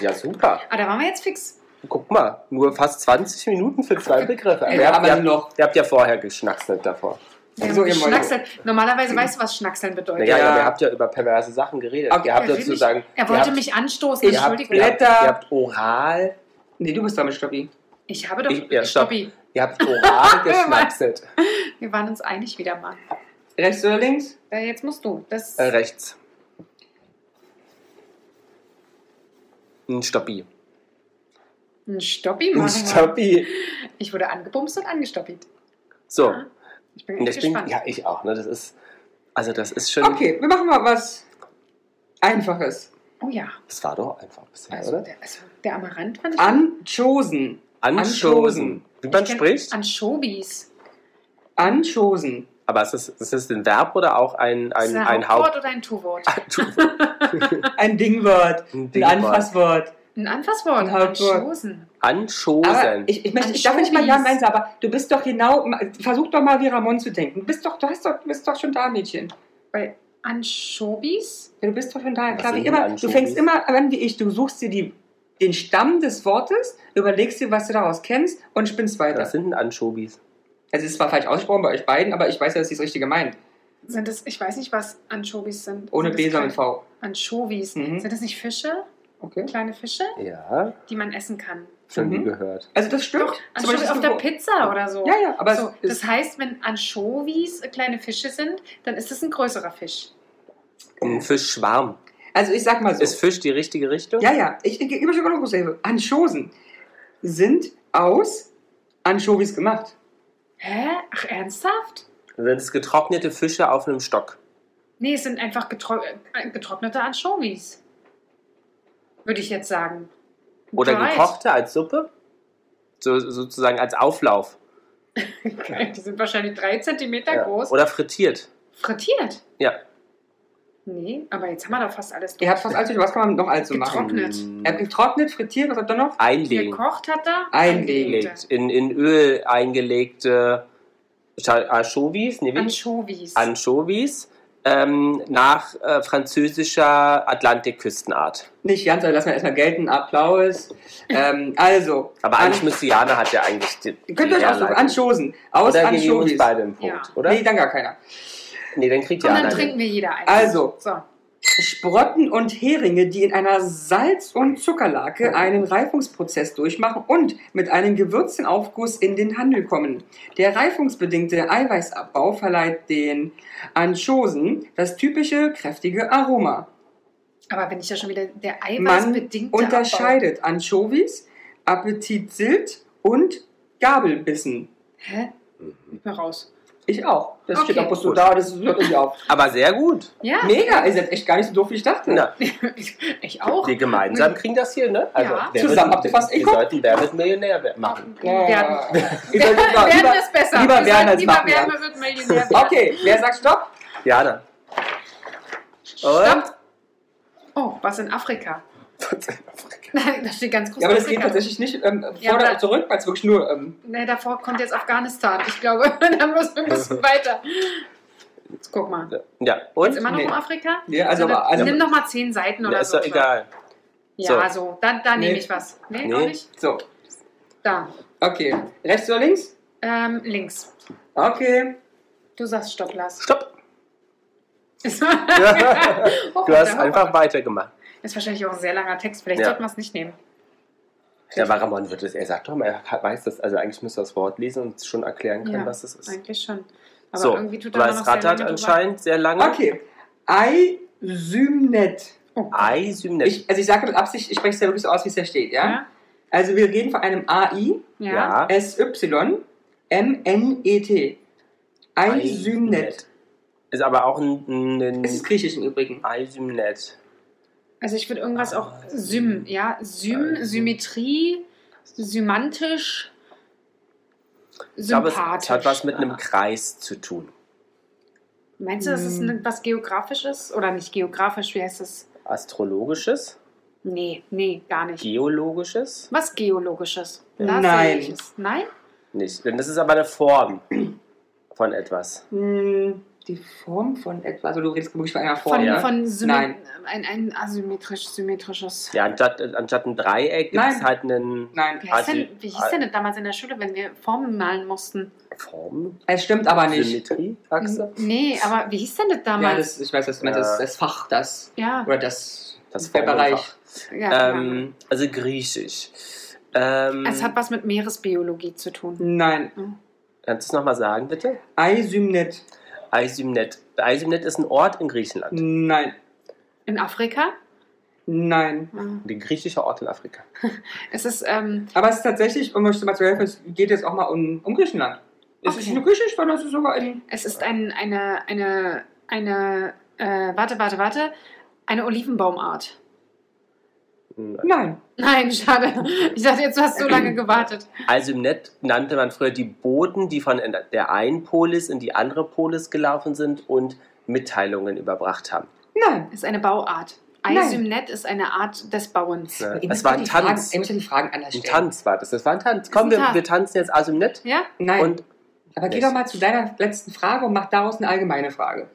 Ja, super.
Ah, da waren wir jetzt fix.
Guck mal, nur fast 20 Minuten für zwei Begriffe. Aber
Ey,
ihr,
aber
habt ja,
noch.
ihr habt ja vorher geschnackselt davor.
Wir haben
So, ihr
geschnackselt. Normalerweise weißt du, was Schnackseln bedeutet.
Naja,
Ja.
aber ihr habt ja über perverse Sachen geredet.
Okay,
ihr habt
natürlich.
sozusagen.
Er wollte
ihr habt,
mich anstoßen,
ihr habt,
Entschuldigung.
ihr, habt, ihr
Blätter.
habt oral.
Nee, du bist damit, Stoppi.
Ich habe doch.
Ich- ja, stopp.
Stoppi,
Ihr habt oral geschnackselt.
wir waren uns einig wieder mal.
Rechts oder links?
Äh, Jetzt musst du. Das,
Äh, rechts. Ein Stoppi.
ein Stoppi
Ein
machen. wir.
Stoppi.
Ich wurde angebumst und angestoppiert.
So,
Ich Ah, bin
und
echt
ich bin,
gespannt.
ja, ich auch, ne, das ist, also das ist schon,
Okay, wir machen mal was Einfaches.
Oh ja.
das war doch einfach bisher,
Also
oder? Ah,
der, also der Amaranth fand ich.
Anchosen.
Anstoßen. Wie man
Ich kenn-
spricht,
Anchovies.
Anchosen.
aber ist das, ist das ein Verb oder auch ein,
ist
ein,
das
ein
Hauptwort
Haupt...
oder ein Tu-Wort?
Ein Dingwort.
Ein
Ein
Ding-
Anfasswort.
Ein Anfasswort.
Ein Hauptwort.
Anchosen.
Anstoßen.
Aber ich, ich, möchte, ich darf nicht mal Ja meinen, aber du bist doch genau, versuch doch mal wie Ramon zu denken. Du bist doch, du hast doch, du bist doch schon da, Mädchen.
Bei Anchovies?
Ja, du bist doch schon da.
Was
Klar,
sind
wie
denn
immer, du
Anchovies?
fängst immer an wie ich. Du suchst dir die, den Stamm des Wortes, überlegst dir, was du daraus kennst und spinnst weiter.
Was sind denn Anschobis?
Also es ist zwar falsch ausgesprochen bei euch beiden, aber ich weiß ja, dass sie es richtig gemeint.
Sind das, ich weiß nicht, was Anchovies sind.
Ohne
sind
B,
das
sondern mit
kleine-
V.
Anchovies.
Mhm.
Sind das nicht Fische?
Okay.
Kleine Fische,
Ja,
die man essen kann?
schon nie
Mhm.
gehört.
Also das stimmt. Zum Beispiel
Anchovies auf
so-
der Pizza oder so.
Ja, ja, aber
so,
es
das
ist,
heißt, wenn Anchovies äh, kleine Fische sind, dann ist es ein größerer Fisch.
Ein Fischschwarm.
also ich sag mal so.
Ist Fisch die richtige Richtung?
Ja, ja, ich, ich gebe schon noch große Hilfe. Anchosen sind aus Anchovies gemacht.
Hä? Ach, ernsthaft?
Dann Sind es getrocknete Fische auf einem Stock?
Nee, es sind einfach getro äh, getrocknete Anchovies. Würde ich jetzt sagen.
Oder
Dried.
gekochte als Suppe? So, sozusagen als Auflauf.
Geil, Die sind wahrscheinlich drei Zentimeter
Ja.
groß.
Oder frittiert.
Frittiert.
Ja.
Nee, aber jetzt haben wir da fast alles
Ihr habt fast alles, durch. was kann man noch allzu machen?
Getrocknet.
Mm.
Ihr habt getrocknet, frittiert, was habt ihr noch?
Einlegen.
Gekocht hat er.
Eingelegt.
eingelegte.
In, in Öl eingelegte Scha- äh, Anchovies, nee, wie?
Anchovies.
Anchovies ähm, nach äh, französischer Atlantikküstenart.
Nicht ganz, also lassen wir erstmal gelten. Applaus. ähm, also,
Aber eigentlich
An-
müsste Jana hat ja eigentlich die, die
könnt ihr euch aussuchen.
Herleitung.
Anchosen. Aus
Oder geben wir uns
Anchovies.
beide einen Punkt,
Ja.
oder?
Nee,
Nee.
dann gar keiner.
dann kriegt
Und
Jana
dann
einen.
trinken wir jeder einen.
Also.
So.
Sprotten und Heringe, die in einer Salz- und Zuckerlake einen Reifungsprozess durchmachen und mit einem Gewürzenaufguss in den Handel kommen. Der reifungsbedingte Eiweißabbau verleiht den Anchosen das typische kräftige Aroma.
Aber wenn ich ja schon wieder der
Man
eiweißbedingte
unterscheidet Anchovies, Appetitsilt und Gabelbissen.
Abbau. Hä? Ich bin raus.
Ich auch. Das
Okay.
steht auch bloß so da, das hört irgendwie auf.
Aber sehr gut.
Ja,
Mega, ist jetzt echt gar nicht so doof, wie ich dachte.
Na,
ich auch.
wir gemeinsam kriegen das hier, ne?
Ja.
wer
Zusammen
wird-
habt ihr fast
Wir
geguckt.
sollten Wer wird Millionär wer- machen.
Ja.
Werden.
Ihr sollt
Werden
lieber- lieber-
ist besser.
lieber
Wir
werden
sagen,
als
lieber
machen,
werden
ja.
wird Millionär werden.
Okay, wer sagt Stopp?
Jana.
Stopp.
Oh, was in Afrika? da steht ganz groß
Ja, aber das geht
Afrika.
tatsächlich nicht ähm,
Ja,
vorder-
aber-
zurück, weil es wirklich nur. Ähm,
Nee, davor kommt jetzt Afghanistan. Ich glaube, da müssen wir ein bisschen weiter. Jetzt guck mal.
Ja,
Ist
und?
immer noch
Nee.
um Afrika?
nee, also,
Oder-
aber, also,
nimm noch mal zehn Seiten
Ja,
oder
ist
so.
doch egal.
Ja, so. Da, da
Nee.
nehme ich was. Nee,
Nee.
auch nicht?
so,
Da.
okay. Rechts oder links?
Ähm, links.
Okay.
Du sagst Stopp, Lars.
Stopp.
Hoch,
Du hast
hoch.
einfach weitergemacht.
Oh, Ist wahrscheinlich auch ein sehr langer Text. Vielleicht
Ja.
sollten wir es nicht nehmen.
Ja, aber Ramon wird es. Er sagt doch mal, er weiß das. Also eigentlich müsste er das Wort lesen und schon erklären können,
Ja,
was das ist.
Eigentlich schon. Aber
so,
irgendwie tut er
weil
immer noch
es
sehr
rattert
lange drüber.
anscheinend sehr lange.
Okay. Eisymnet.
Oh,
Ah, Eisymnet.
Ich, also ich sage mit Absicht, ich spreche es ja wirklich so aus, wie es da steht, ja?
Ja.
Also wir reden von einem AI,
ja.
Ja.
SY, M-N-E-T. Eisymnet.
Ist aber auch ein, ein,
Es ist
ein
griechisch im Übrigen.
Eisymnet.
Also ich würde irgendwas auch Sym, ja. Sym,
Also-
Symmetrie, symantisch,
Ich glaube,
sympathisch.
es es hat was mit einem Kreis zu tun.
Meinst du, dass es ne- was geografisches oder nicht geografisch? Wie heißt es?
Astrologisches,
Nee, nee, gar nicht.
geologisches?
was geologisches?
Nein.
sehe ich es. Nein?
Nicht. Denn das ist aber eine Form von etwas.
Hm, die Form von etwas. Also du redest wirklich von einer Form.
Von,
ne?
von Symmet-
Nein.
Ein, ein asymmetrisch, symmetrisches.
Ja, anstatt, anstatt ein Dreieck gibt es
Nein.
halt einen
Nein,
Wie, heißt
Asi-
Also,
denn, wie
äh,
hieß denn das damals in der Schule, wenn wir Formen malen mussten?
Form,
es stimmt aber nicht.
Symmetrieachse.
Nee, aber wie hieß denn das
Ja,
damals?
das, ich weiß, was du meinst, das,
Ja.
das Fach, das.
Ja,
Oder das,
Das
der
Formenfach.
Bereich.
ja, ja.
Ähm, also griechisch. Ähm,
Es hat was mit Meeresbiologie zu tun.
Nein,
kannst du es nochmal sagen, bitte?
Eisymnet.
Eisymnet. Eisymnet ist ein Ort in Griechenland.
Nein,
In Afrika?
nein.
Ah.
Der griechische Ort in Afrika.
Es ist, ähm,
Aber es ist tatsächlich, um euch mal zu helfen, es geht jetzt auch mal um, um Griechenland. Es ist
Okay.
nicht nur Griechisch, sondern es ist sogar ein.
es ist ein, eine, eine, eine, äh, warte, warte, warte, eine Olivenbaumart.
Nein.
Nein, schade. Ich dachte, jetzt hast du so lange gewartet.
Eisymnet nannte man früher die Boten, die von der einen Polis in die andere Polis gelaufen sind und Mitteilungen überbracht haben.
Nein.
Es ist eine Bauart.
Nein.
Eisymnet ist eine Art des Bauens.
Ne?
Ihr
Es
müsst
war
doch
ein
die Fragen-
Tanz.
Ihr müsst ja die Fragen anders
Ein
stellen.
Tanz war das. Das war ein Tanz. Komm,
ein
wir,
Tanz.
wir tanzen jetzt Asymnet.
Ja?
Nein.
Und
aber geh
nicht.
doch mal zu deiner letzten Frage und mach daraus eine allgemeine Frage.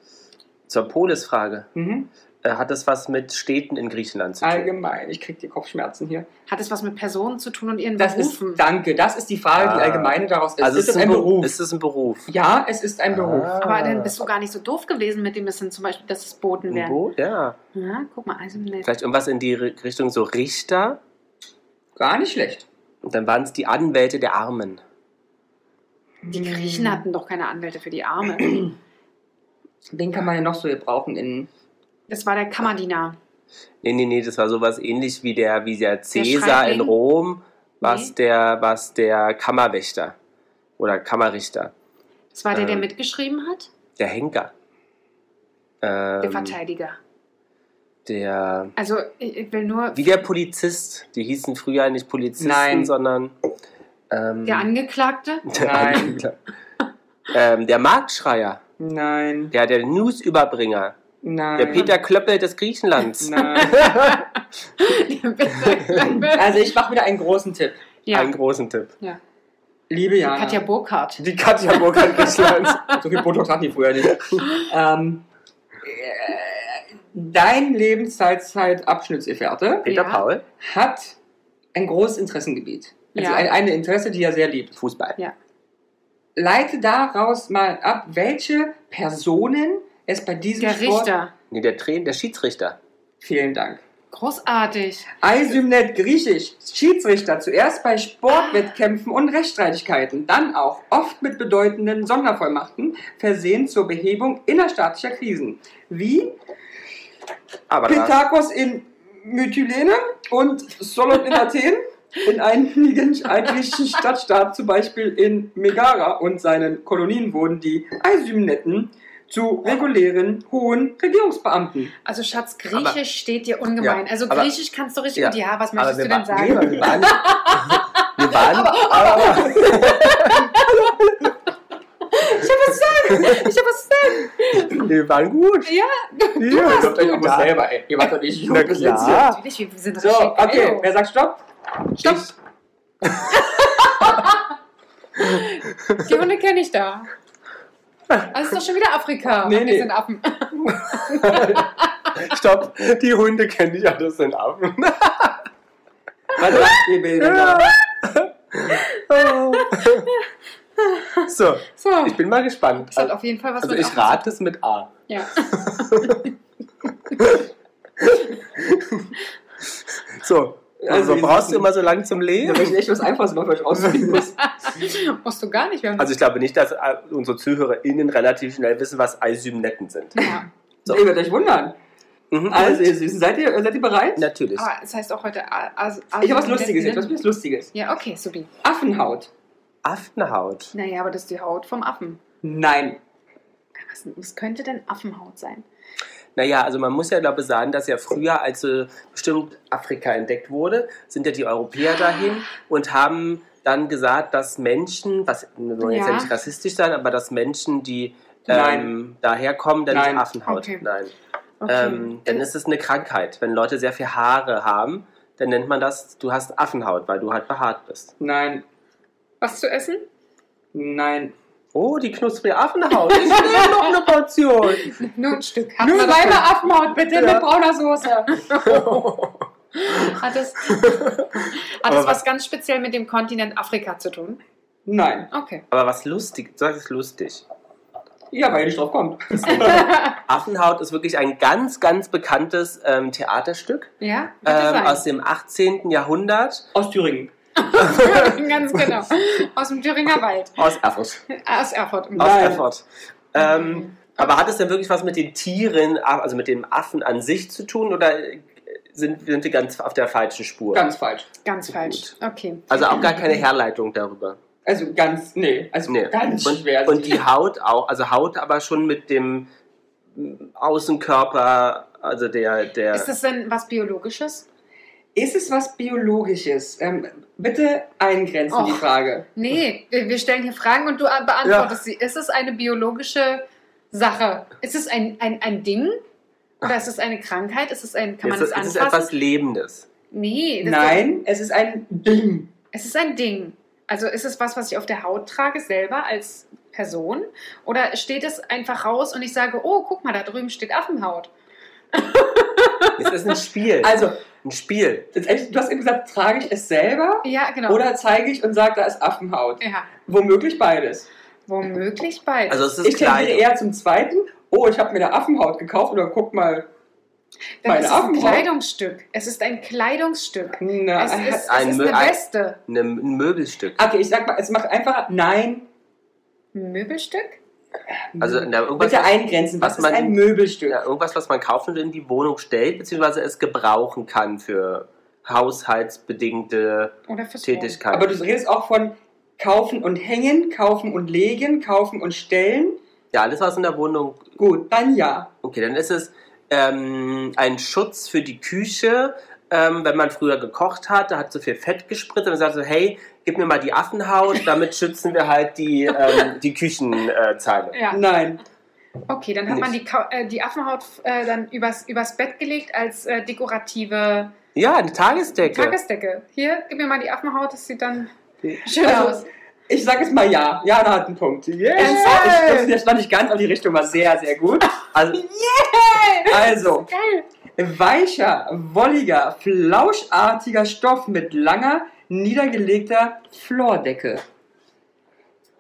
zur Polis-Frage.
Mhm.
Äh, hat das was mit Städten in Griechenland zu tun?
Allgemein. Ich krieg die Kopfschmerzen hier.
Hat es was mit Personen zu tun und ihren
Das ist,
Berufen?
danke, das ist die Frage, die
Ah.
allgemeine daraus ist.
Also
ist es ein Beruf?
Ist es ein Beruf?
ja, es ist ein Beruf.
Ah.
Aber dann bist du gar nicht so doof gewesen mit dem Wissen, zum Beispiel, dass es Boten
ein
wären.
Boot? Ja.
Ja, guck mal, also Eisymnet.
Vielleicht irgendwas in die Ri- Richtung so Richter.
Gar nicht schlecht.
Und dann waren es die Anwälte der Armen.
Die Griechen hatten doch keine Anwälte für die Arme.
Wen kann man denn noch so gebrauchen in.
Das war der Kammerdiener.
Nee, nee, nee, das war sowas ähnlich wie der, wie der Cäsar
Schreibling?
in Rom, was
Nee.
der, was der Kammerwächter oder Kammerrichter,
Das war der, der
Ähm,
mitgeschrieben hat.
der Henker. Ähm,
Der Verteidiger.
der
Also, ich, ich will nur.
wie der Polizist. Die hießen früher nicht Polizisten,
Nein.
sondern ähm,
Der Angeklagte?
der
Nein.
Angeklagte. ähm, der Marktschreier,
Nein,
der, der Newsüberbringer,
nein.
der Peter Klöppel des Griechenlands.
Nein. Also ich mache wieder einen großen Tipp.
ja,
Einen großen Tipp.
ja.
Liebe Jana.
Katja Burkhardt.
Die Katja Burkhardt Griechenlands.
so viel Botox hatten die früher nicht. ähm, äh, dein Lebenszeitabschnittsgefährte
Peter
Ja.
Paul,
hat ein großes Interessengebiet. Also
Ja.
ein, eine Interesse, die er sehr liebt.
Fußball.
Leite daraus mal ab, welche Personen es bei diesem
Der
Sport...
Richter.
Nee, der Trainer, der Schiedsrichter.
Vielen Dank.
Großartig.
Eisymnet griechisch, Schiedsrichter zuerst bei Sportwettkämpfen und Rechtsstreitigkeiten, dann auch oft mit bedeutenden Sondervollmachten versehen zur Behebung innerstaatlicher Krisen, wie
Aber da,
Pythakos in Mytilene und Solon in Athen, in einigen griechischen Stadtstaaten, zum Beispiel in Megara und seinen Kolonien, wurden die Eisymneten zu regulären hohen Regierungsbeamten.
Also, Schatz, Griechisch steht dir ungemein.
Ja,
also,
aber-
Griechisch kannst du richtig
Ja,
gut. Ja, was
aber
möchtest
wir,
du denn
wa-
sagen?
nee, aber wir waren. Wir waren. Aber, aber,
Ich habe was gesagt.
wir waren gut.
Ja,
ja ich glaub,
Ihr
da-
wart selber, ey. Ihr wart doch nicht
Na
jung bis jetzt hier.
klar.
Natürlich, wir sind
So,
richtig
okay,
geil.
wer sagt Stopp?
Stopp. Die Hunde kenne ich da. Das ist doch schon wieder Afrika.
Nee,
Wir
nee.
sind Affen.
Stopp, die Hunde kenne ich alles in Affen.
Warte, ihr Bilder.
so,
So,
ich bin mal gespannt.
das hat auf jeden Fall halt was
Also
mit
ich rate es mit A.
Ja.
So, also,
Also wir
brauchst du
sitzen-
immer so lange zum
Da
Lesen?
möchte ich echt was Einfaches noch für euch rausfinden.
Musst du gar nicht. Wir haben
Also ich glaube nicht, dass äh, unsere ZuhörerInnen relativ schnell wissen, was Eisymnetten sind.
ja.
So.
Ihr werdet euch wundern.
Mhm.
Also, ihr Süßen, seid ihr, seid ihr bereit?
Natürlich.
Aber es heißt auch heute... A- As-
Ich habe was
Asien-
Lustiges, jetzt was Lustiges.
Ja, okay, Subi.
Affenhaut.
Affenhaut.
Naja, aber das ist die Haut vom Affen.
Nein.
Was, was könnte denn Affenhaut sein?
Naja, also man muss ja glaube ich sagen, dass ja früher, als äh, bestimmt Afrika entdeckt wurde, sind ja die Europäer dahin und haben dann gesagt, dass Menschen, was wir wollen jetzt ja
Ja.
nicht rassistisch sein, aber dass Menschen, die ähm,
Nein.
daherkommen, dann
Nein.
nicht Affenhaut.
Okay.
Nein.
Okay.
Ähm, dann ist es eine Krankheit. Wenn Leute sehr viel Haare haben, dann nennt man das, du hast Affenhaut, weil du halt behaart bist.
Nein.
was zu essen?
Nein.
Oh, die knusprige Affenhaut. Ich will noch eine Portion.
Nur ein Stück. Hatten
Nur
wir das
zweimal
schon?
Affenhaut, bitte,
Ja.
mit brauner Soße.
Hat es, hat
Aber
es was
was-
ganz speziell mit dem Kontinent Afrika zu tun?
Nein.
Okay.
Aber was lustig, das ist lustig.
Ja, weil ihr nicht drauf kommt.
Affenhaut ist wirklich ein ganz, ganz bekanntes ähm, Theaterstück
Ja, bitte
ähm, aus
sein.
dem 18. Jahrhundert.
Aus Thüringen.
Ganz genau. Aus dem Thüringer Wald.
Aus Erfurt.
Aus Erfurt.
Aus
Nein.
Erfurt. Ähm, aber hat es denn wirklich was mit den Tieren, also mit dem Affen an sich zu tun oder äh, sind, sind wir ganz auf der falschen Spur?
Ganz falsch.
Ganz falsch. Okay.
Also auch gar keine Herleitung darüber.
Also ganz, nee, also
Nee.
ganz
und,
schwer.
Und die Haut auch, also Haut aber schon mit dem mm, Außenkörper, also der, der.
Ist das denn was Biologisches?
Ist es was Biologisches? Ähm, bitte eingrenzen
Och.
die Frage.
Nee, wir stellen hier Fragen und du beantwortest sie. Ist es eine biologische Sache? Ist es ein, ein, ein Ding? Oder ist es eine Krankheit? Ist es ein, kann man
ist,
es
ist es
anfassen?
etwas Lebendes?
nee, das
Nein, es ist ein Ding.
Ist, es ist ein Ding. Also ist es was, was ich auf der Haut trage selber als Person? Oder steht es einfach raus und ich sage, oh, guck mal, da drüben steht Affenhaut?
es ist ein Spiel.
Also,
ein Spiel.
das ist echt- du hast eben gesagt, trage ich es selber
Ja, genau.
oder zeige ich und sage, da ist Affenhaut?
ja,
Womöglich beides.
womöglich beides.
Also es ist
Ich tendiere
Kleidung.
eher zum zweiten. Oh, ich habe mir da Affenhaut gekauft oder guck mal.
Dann ist
meine
es ein
Affenhaut.
Kleidungsstück. Es ist ein Kleidungsstück.
Na,
Es ist, es
ein
ist
Mö-
eine
ein-
Weste.
Eine, ne, ein Möbelstück.
okay, ich sag mal, es macht einfach Nein.
Ein Möbelstück?
Also na, irgendwas,
Bitte eingrenzen.
was
Was ist
man-
ein Möbelstück?
ja, irgendwas, was man kauft und in die Wohnung stellt, beziehungsweise es gebrauchen kann für haushaltsbedingte
Oder fürs Wohnen?
Tätigkeiten.
Aber du redest auch von kaufen und hängen, kaufen und legen, kaufen und stellen.
ja, alles, was in der Wohnung
Gut, dann ja.
Okay, dann ist es ähm, ein Schutz für die Küche. Ähm, wenn man früher gekocht hat, da hat so viel Fett gespritzt und dann sagt so, hey, gib mir mal die Affenhaut, damit schützen wir halt die, ähm, die Küchenzeile. Äh, Zeile.
Ja,
Nein.
okay, dann hat man die, Ka- äh, die Affenhaut äh, dann übers, übers Bett gelegt als äh, dekorative
ja, eine Tagesdecke.
Tagesdecke. Hier, gib mir mal die Affenhaut, das sieht dann
Okay.
schön
Also,
aus.
ich sag jetzt mal ja. Ja, da hat einen Punkt. Yes. Ich glaube, das war nicht ganz, aber die Richtung war sehr, sehr gut.
also,
Also,
Geil.
Weicher, wolliger, flauschartiger Stoff mit langer, niedergelegter Floordecke.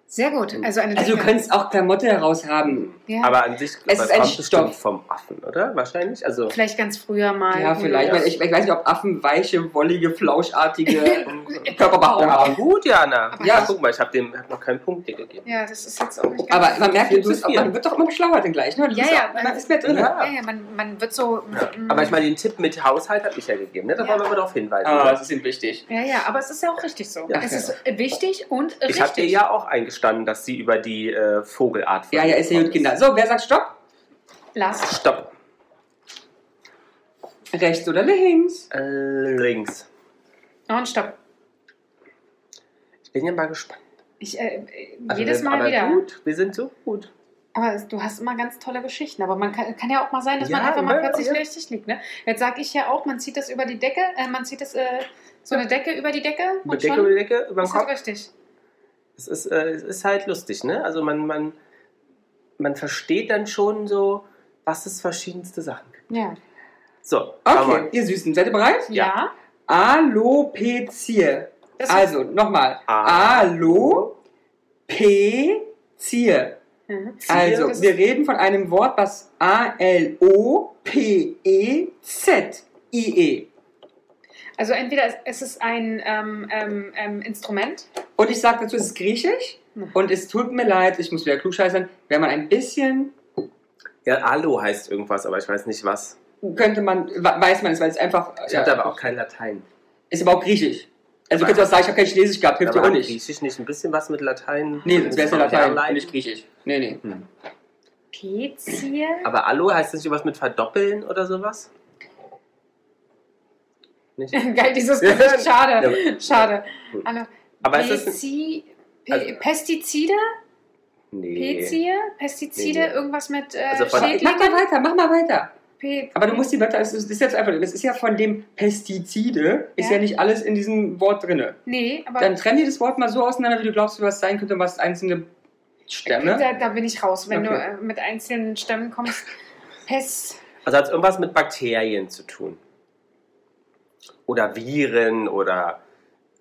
Sehr gut. Also, eine
Also du
Decke.
könntest auch Klamotte heraus haben.
ja.
aber an sich
Es
aber
ist ein
kommt bestimmt
Stoff.
vom Affen, oder? Wahrscheinlich. Also,
Vielleicht ganz früher mal.
Ja, vielleicht.
Ja.
Ich, ich, ich weiß nicht, ob Affen weiche, wollige, flauschartige Körperbehaarung
ja, aber
haben.
gut, Jana.
Aber
ja,
ich-
guck mal, ich habe dem hab noch keinen Punkt dir gegeben.
Ja, das ist jetzt auch nicht
Aber man merkt, du bist,
Viel.
man wird doch immer schlauer denn gleich. Ne? Du
Ja,
bist
ja,
Auch, man
man-
ist mehr drin.
Ja.
Ja, ja, man, man wird so.
Mhm.
mm,
Aber ich meine, den Tipp mit Haushalt habe ich ja gegeben. Ne? Da
Ja.
wollen wir mal darauf hinweisen.
Ah, das ist ihm wichtig.
Ja, ja, aber es ist ja auch richtig so.
Ja.
es ist wichtig und richtig.
ich habe dir ja auch eingestanden, dass sie über die äh, Vogelart
Ja, ja, ist ja gut, Kinder. So, wer sagt Stopp?
Last.
Stopp.
Rechts oder links?
Äh, links.
Und stopp.
Ich bin ja mal gespannt.
Ich, äh, äh,
Also
jedes
wir-
Mal
aber
wieder.
Gut, wir sind so gut.
Aber es- du hast immer ganz tolle Geschichten. Aber man kann, kann ja auch mal sein, dass man
Ja,
einfach mal
ja,
plötzlich
ja.
richtig liegt. Ne? Jetzt sage ich ja auch, man zieht das über die Decke, äh, man zieht das äh, so eine Decke über die Decke
Mit
und
Decke
schon
über die Decke, über den
ist das
Kopf.
richtig.
Es ist, äh, es ist halt lustig, ne? Also man, man, man versteht dann schon so, was es verschiedenste Sachen gibt.
Ja.
So,
Okay,
aber
ihr Süßen, seid ihr bereit?
Ja.
Ja.
Alopecia.
Das
Also, nochmal.
A-
Alopecia.
Mhm.
Also,
Das ist-
wir reden von einem Wort, was E A-L-O-P-E-Z-I-E.
also entweder es- es ist ein ähm, ähm, ähm, Instrument.
Und ich sage dazu, es ist griechisch. Und es tut mir leid, ich muss wieder klugscheißern, wenn man ein bisschen,
ja, Alu heißt irgendwas, aber ich weiß nicht was.
könnte man, weiß man es, weil es einfach,
Ich
ja,
hatte aber auch kein Latein.
ist aber auch griechisch. Also,
Aber-
du könntest auch sagen, ich habe kein Chinesisch gehabt, hilft dir
aber
auch
hat
nicht.
Griechisch nicht ein bisschen was mit Latein?
Nee, sonst wäre es ja Latein,
Herleiten?
nicht griechisch. Nee, nee.
Hm.
Pezier.
Aber Alu heißt das nicht was mit verdoppeln oder sowas? Nicht?
Geil, dieses
Ja.
Gefühl.
Ja,
Schade.
aber-
Schade.
Gut.
Hallo.
Aber es ist.
Pezi Pe
also-
Pestizide?
Nee.
Pezie? Pestizide?
Nee, nee.
Irgendwas mit äh,
Also von-
Mach, mach mal
Schädlingen?
weiter, mach mal weiter.
Pe
Aber du musst die Wörter, es ist, es ist jetzt einfach, das ist ja von dem Pestizide, ist
Ja.
ja, nicht alles in diesem Wort drinne.
nee, aber
Dann trenn dir das Wort mal so auseinander, wie du glaubst, was es sein könnte und was einzelne Stämme?
ne?
Da, da bin ich raus, wenn du
Okay.
äh, mit einzelnen Stämmen kommst. Pest.
Also hat es irgendwas mit Bakterien zu tun. Oder Viren oder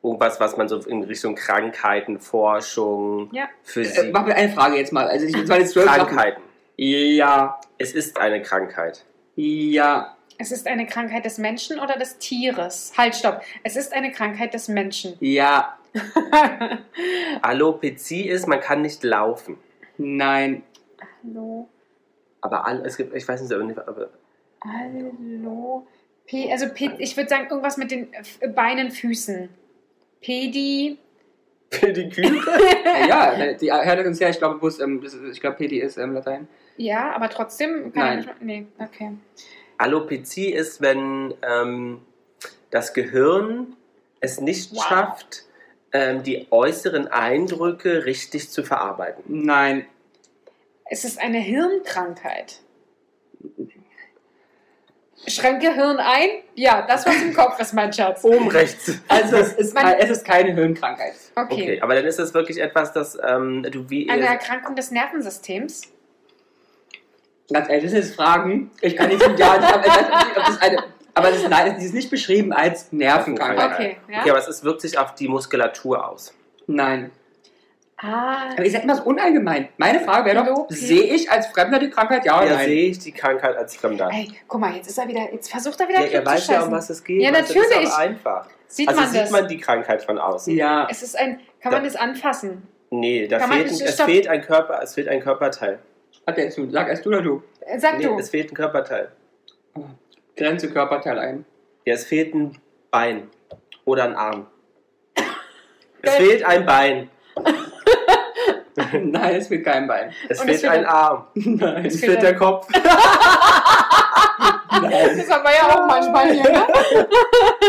irgendwas, was man so in Richtung Krankheiten, Forschung,
Ja.
Äh,
Physik.
mach mir eine Frage jetzt mal. Also ich das waren jetzt zwölf Sachen.
Krankheiten.
Ja,
Es ist eine Krankheit.
ja.
Es ist eine Krankheit des Menschen oder des Tieres. Halt, stopp. Es ist eine Krankheit des Menschen.
Ja,
Alopezie ist, man kann nicht laufen.
nein.
Hallo.
Aber all, es gibt, ich weiß nicht, aber
Hallo. P, also P, ich würde sagen, irgendwas mit den äh, Beinen, Füßen. Pedi.
Pediküre?
Ja, äh, die hört uns ja, ich glaube, Bus, ähm, das ist, ich glaube, PD ist ähm, Latein.
Ja, aber trotzdem kann
Nein.
ich nicht. Nee, okay.
Alopezie ist, wenn ähm, das Gehirn es nicht
Wow.
schafft, ähm, die äußeren Eindrücke richtig zu verarbeiten.
Nein.
Es ist eine Hirnkrankheit. Schränke Hirn ein? Ja, das war's im Kopf, ist mein Scherz. Okay.
Oben rechts.
Also es ist,
Man-
es ist keine Hirnkrankheit.
Okay, aber dann ist das wirklich etwas, das ähm, du wie.
Eine Erkrankung des Nervensystems?
Ganz ehrlich, das sind jetzt Fragen. Ich kann nicht sagen, ja, ich hab, ich weiß nicht, ob das eine. Aber das ist, nein, es ist nicht beschrieben als Nervenkrankheit.
Okay, ja.
Okay, aber es ist, wirkt sich auf die Muskulatur aus.
Nein.
Ah,
Aber ihr seid immer so unallgemein. Meine Frage wäre doch,
Loki.
sehe ich als Fremder die Krankheit?
Oh
Ja oder
ja,
nein?
sehe ich die Krankheit als Fremder.
ey, guck mal, jetzt ist er wieder, jetzt versucht er wieder
Ja,
ja,
er weiß ja, um was es geht.
Ja,
weißt du, Das
natürlich.
ist aber einfach.
Sieht
also
man
sieht
das?
man die Krankheit von außen.
Ja.
es ist ein, kann man
Ja.
das anfassen?
Nee, da
Kann man-
fehlt, ein- es
stopp.
fehlt ein Körper, es fehlt ein Körperteil.
Warte, jetzt du. Sag erst du oder du.
Äh, Sag
Nee,
du.
es fehlt ein Körperteil.
Grenze Körperteil ein.
Ja, es fehlt ein Bein oder ein Arm. es
Geil.
fehlt ein Bein.
nein, es wird kein Bein.
Es
Und
fehlt
es fehlt
ein
ein-
Arm.
Nein.
Es
fehlt
fehlt der Kopf.
Das haben wir ja auch manchmal hier. Ne?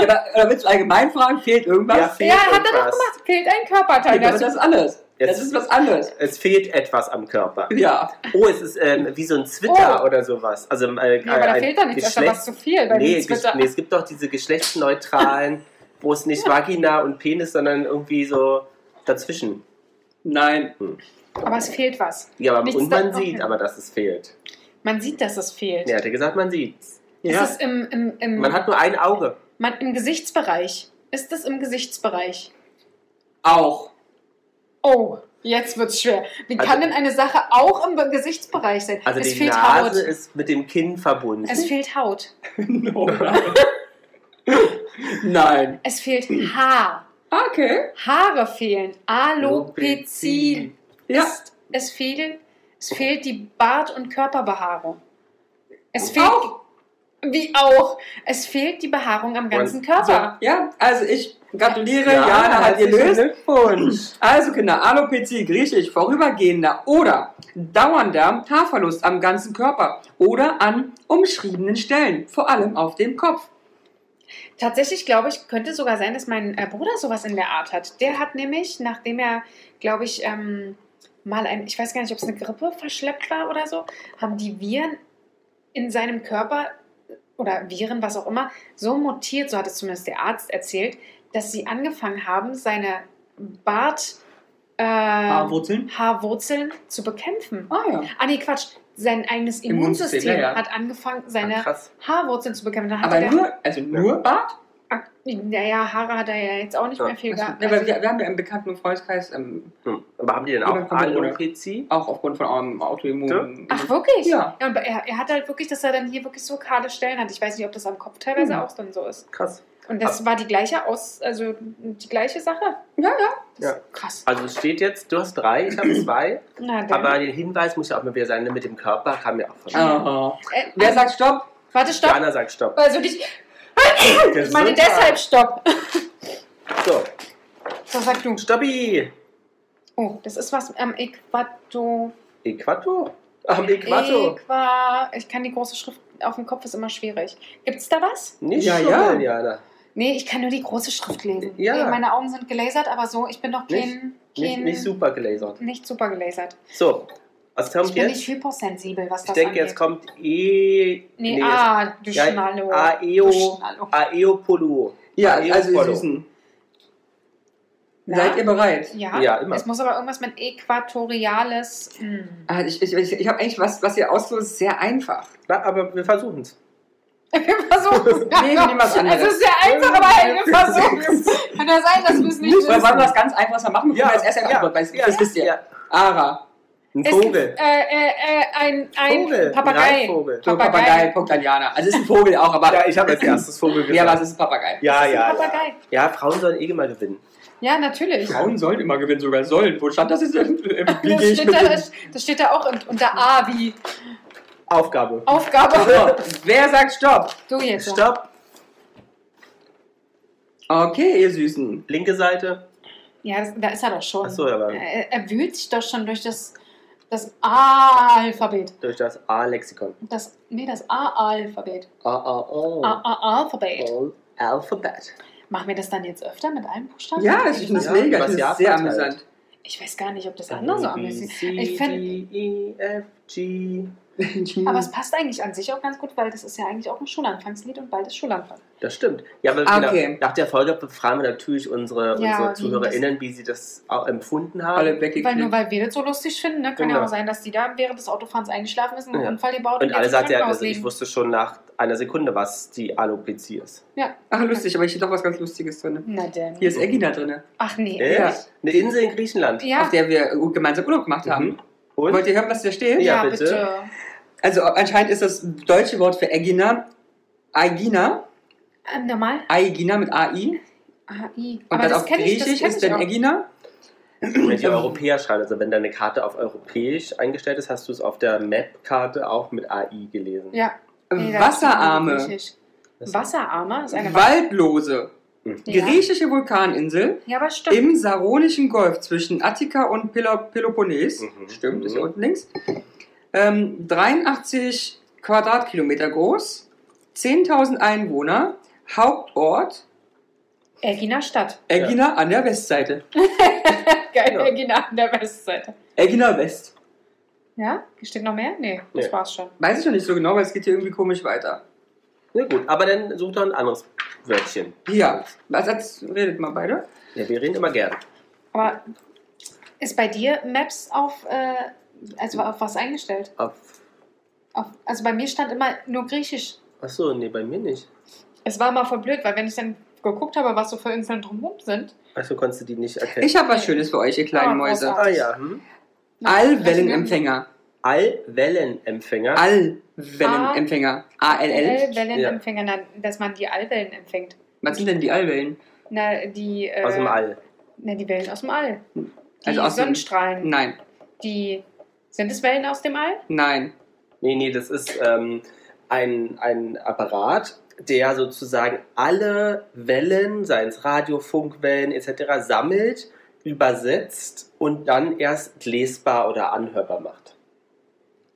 Oder, oder willst du allgemein fragen? Fehlt irgendwas?
Ja, fehlt
Ja, hat er doch
irgendwas.
gemacht. Fehlt ein Körperteil.
Fehlt, aber
dazu.
das ist alles.
Jetzt-
Das ist was anderes.
Es fehlt etwas am Körper.
Ja.
Oh, es ist ähm, wie so ein Zwitter
Oh.
oder sowas. Also, äh,
Nee, aber da
ein
fehlt doch nichts, das ist doch
Geschlecht-
was zu viel bei
nee,
nee,
ges-
Twitter.
nee, es gibt doch diese geschlechtsneutralen, wo es nicht Vagina und Penis, sondern irgendwie so dazwischen.
Nein.
Aber es fehlt was.
Ja, aber
Nichts
und man
da-
sieht
okay.
aber, dass es fehlt.
Man sieht, dass es fehlt.
Ja, hat er gesagt, man sieht's.
Ja.
Ist es im, im, im,
Man hat nur ein Auge.
man, im Gesichtsbereich? Ist es im Gesichtsbereich?
Auch.
Oh, jetzt wird's schwer. Wie
Also-
kann denn eine Sache auch im Be- Gesichtsbereich sein?
Also
es
die
fehlt Haut.
Nase ist mit dem Kinn verbunden.
es fehlt Haut.
No, nein. nein.
Es fehlt
Hm.
Haar.
Okay.
Haare fehlen. Alopezie.
Ja.
Es, es, fehlt, es fehlt die Bart- und Körperbehaarung. Es fehlt.
Auch.
Wie auch. Es fehlt die Behaarung am ganzen Körper.
Ja, also ich gratuliere,
Ja,
Jana hat
herzlichen
gelöst. Glückwunsch. Also Kinder, Alopezie, griechisch, vorübergehender oder dauernder Haarverlust am ganzen Körper oder an umschriebenen Stellen, vor allem auf dem Kopf.
Tatsächlich glaube ich, könnte sogar sein, dass mein äh, Bruder sowas in der Art hat. Der hat nämlich, nachdem er, glaube ich, ähm, mal ein, ich weiß gar nicht, ob es eine Grippe verschleppt war oder so, haben die Viren in seinem Körper äh, oder Viren, was auch immer, so mutiert, so hat es zumindest der Arzt erzählt, dass sie angefangen haben, seine Bart, äh,
Haarwurzeln?
Haarwurzeln zu bekämpfen.
Ah ja.
Ah nee, Quatsch. Sein eigenes
Immunsystem,
Immunsystem
ja, ja.
hat angefangen,
Ah,
seine
krass.
Haarwurzeln zu bekämpfen. Dann hat
Aber
er-
nur, also nur Bart?
Ak- Naja, Haare hat er ja jetzt auch nicht
Ja.
mehr viel
Also, Ja,
gehabt.
aber wir, wir haben ja im bekannten Freundeskreis ähm,
Hm. Aber haben die denn
Oder
auch
kommt der Bruder?
Alopezie?
auch aufgrund von eurem Autoimmun.
Ach, wirklich?
Ja.
und er, er hat halt wirklich, dass er dann hier wirklich so kahle Stellen hat. Ich weiß nicht, ob das am Kopf teilweise
Hm.
auch dann so ist.
Krass.
Und das war die gleiche Aus, also die gleiche Sache.
Ja, ja.
Das
Ja.
Krass.
Also es steht jetzt, du hast drei, ich habe zwei.
Na, dann.
aber den Hinweis muss ja auch mal wieder sein, ne, mit dem Körper kam ja auch von
Aha.
äh,
Wer
also,
sagt Stopp?
warte, stopp.
Jana sagt Stopp.
Also dich, ich
Das
meine
ist
deshalb stopp.
So,
So, sag du.
Stoppi!
Oh, das ist was am Äquator.
Äquator? Am Äquator?
Äqua- Ich kann die große Schrift auf dem Kopf, ist immer schwierig. Gibt es da was?
Nicht
Ja,
ja, schon,
ja.
ja. Jana.
Nee, ich kann nur die große Schrift lesen.
Ja.
Nee, meine Augen sind gelasert, aber so, ich bin doch kein.
Nicht,
kein-
nicht super gelasert.
nicht super gelasert.
So, was kommt
Ich bin
jetzt?
nicht hypersensibel, was
Ich
das
denke,
angeht.
jetzt kommt E...
Nee,
nee,
ah, du
ja, E,
Schnallo.
Aeo- E
Du Schnallo.
Aeopolo.
Ja,
Aeopolo.
also ihr Süßen.
Na?
Seid ihr bereit?
Ja,
Ja, immer.
es muss aber irgendwas mit Äquatoriales. Hm.
Ah, Ich, ich, ich, ich habe eigentlich was, was ihr auslöst, sehr einfach.
Na, aber wir versuchen es.
Wir versuchen
Nee, wir nehmen was anderes.
Es ist sehr einfach, aber halt, wir versuchen es. Kann ja sein, dass wir es nicht
Oder wollen wir
wissen.
was ganz Einfaches mal machen, bevor wir das erst eine Antwort weiß? das wisst ihr.
Ja.
Ara.
Ein
Es gibt, äh,
Vogel.
äh, äh, ein, ein
Vogel.
Papagei.
Ein Reifvogel.
So, Papagei. Punkt Aliana. Also es ist ein Vogel auch, aber.
Ja, ich habe als erstes Vogel gesagt.
ja, aber es ist ein Papagei.
ja,
ist ein
ja, ja.
Papagei.
Ja, Frauen sollen eh immer gewinnen.
Ja, natürlich.
Frauen sollen immer gewinnen, sogar sollen. Wo stand das jetzt? Im, im, wie
Das
gehe ich
steht,
mit
da,
dem-
das, das steht da auch un- unter A wie
Aufgabe.
Oh, Aufgabe.
so, wer sagt Stopp?
Du jetzt.
Stopp.
Okay, ihr Süßen.
Linke Seite.
Ja, das, da ist er doch schon.
Achso, aber
Er, er wühlt sich doch schon durch das, das A-Alphabet.
durch das A-Lexikon.
Das, nee, das A-Alphabet.
A, A, A.
A-A-Alphabet.
All Alphabet.
Machen wir das dann jetzt öfter mit einem Buchstaben?
Ja, ich finde das
Ja,
mega.
übers
Ich finde
Jahr
das sehr
verteilt.
amüsant.
Ich weiß gar nicht, ob das andere so
Mhm.
amüsiert ist. Ich find,
D, E, F, G.
halt.
aber es passt eigentlich an sich auch ganz gut, weil das ist ja eigentlich auch ein Schulanfangslied und bald ist Schulanfang.
Das stimmt. Ja, aber
Ah,
genau,
okay.
nach der Folge fragen wir natürlich unsere, unsere
Ja, wie
ZuhörerInnen, wie sie das auch empfunden haben.
Alle
Weil nur
weggeknippt.
weil wir das so lustig finden, ne, kann ja
Genau.
auch sein, dass die da während des Autofahrens eingeschlafen ist, einen
Ja.
Unfall gebaut
Und alle
jetzt im
sagten ja,
Krankenhaus
also ich
liegen.
wusste schon nach einer Sekunde, was die Alopecia ist.
Ach, lustig, aber ich hätte doch was ganz Lustiges drin.
Na denn.
Hier ist Egina drin,
Ach nee.
Äh?
Ja.
Eine Insel in Griechenland.
Ja,
auf der wir äh, gemeinsam Urlaub gemacht haben.
Mhm. Und?
Wollt ihr hören, was da steht?
Ja,
ja,
bitte.
bitte.
Also anscheinend ist das deutsche Wort für Egina Aegina,
Ähm, normal?
Aegina mit AI.
AI.
Und
Aber
dann
das
auf
kenne ich, das
Griechisch
kenne
ist
ich
dann
auch.
Egina.
Wenn
Ähm,
die Europäer schreiben, also wenn deine Karte auf europäisch eingestellt ist, hast du es auf der Map-Karte auch mit AI gelesen.
Ja. Nee, das ist
Äh, Wasserarme,
griechisch. Wasserarme ist eine
Waldlose,
Ja.
griechische Vulkaninsel
Ja, aber stimmt.
im Saronischen Golf zwischen Attika und Pelo- Peloponnes.
Mhm.
Stimmt, ist
Mhm.
hier unten links. Ähm, 83 Quadratkilometer groß, 10.000 Einwohner, Hauptort
Erginer Stadt.
Egina an der Westseite.
Geil,
Genau.
Ja.
Erginer an der Westseite.
Egina West.
Ja? Steht noch mehr? Nee, das
Nee.
war's schon.
Weiß ich noch nicht so genau, weil es geht hier irgendwie komisch weiter.
Na gut, aber dann such doch ein anderes Wörtchen.
Ja, was hat's- redet mal beide?
Ja, wir reden immer gern.
Aber ist bei dir Maps auf, äh, also auf was eingestellt?
Auf,
Auf, also bei mir stand immer nur Griechisch.
achso, nee, bei mir nicht.
Es war immer voll blöd, weil wenn ich dann geguckt habe, was so für Inseln drumherum sind.
Achso, konntest du die nicht erkennen.
Ich habe was Schönes für euch, ihr kleinen
Ah,
Mäuse.
großartig.
ah ja. Hm?
Allwellenempfänger.
Allwellenempfänger.
Allwellenempfänger. ALL.
Allwellenempfänger, äh, na, dass man die Allwellen empfängt.
Was sind denn die Allwellen?
Na, die, äh,
aus dem All.
Na, die Wellen aus dem All. Die
Also aus dem-
Sonnenstrahlen.
Nein,
Die sind es Wellen aus dem All?
nein.
Nee, nee, das ist ähm, ein, ein Apparat, der sozusagen alle Wellen, seien es Radio, Funkwellen etc., sammelt, übersetzt und dann erst lesbar oder anhörbar macht.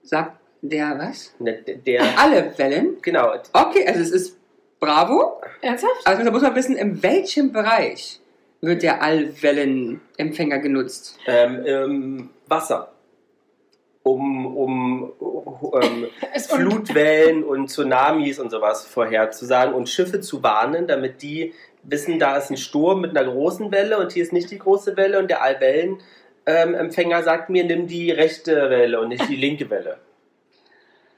Sagt der was?
Ne, Der,
Alle Wellen?
genau,
Okay, also es ist Bravo.
Ernsthaft?
Also da muss man wissen, in welchem Bereich wird der Allwellenempfänger genutzt?
ähm, ähm, Wasser. Um, um ähm,
Es
Flutwellen und Tsunamis und sowas vorherzusagen und Schiffe zu warnen, damit die wissen, da ist ein Sturm mit einer großen Welle und hier ist nicht die große Welle und der Allwellenempfänger Empfänger sagt mir, nimm die rechte Welle und nicht die linke Welle.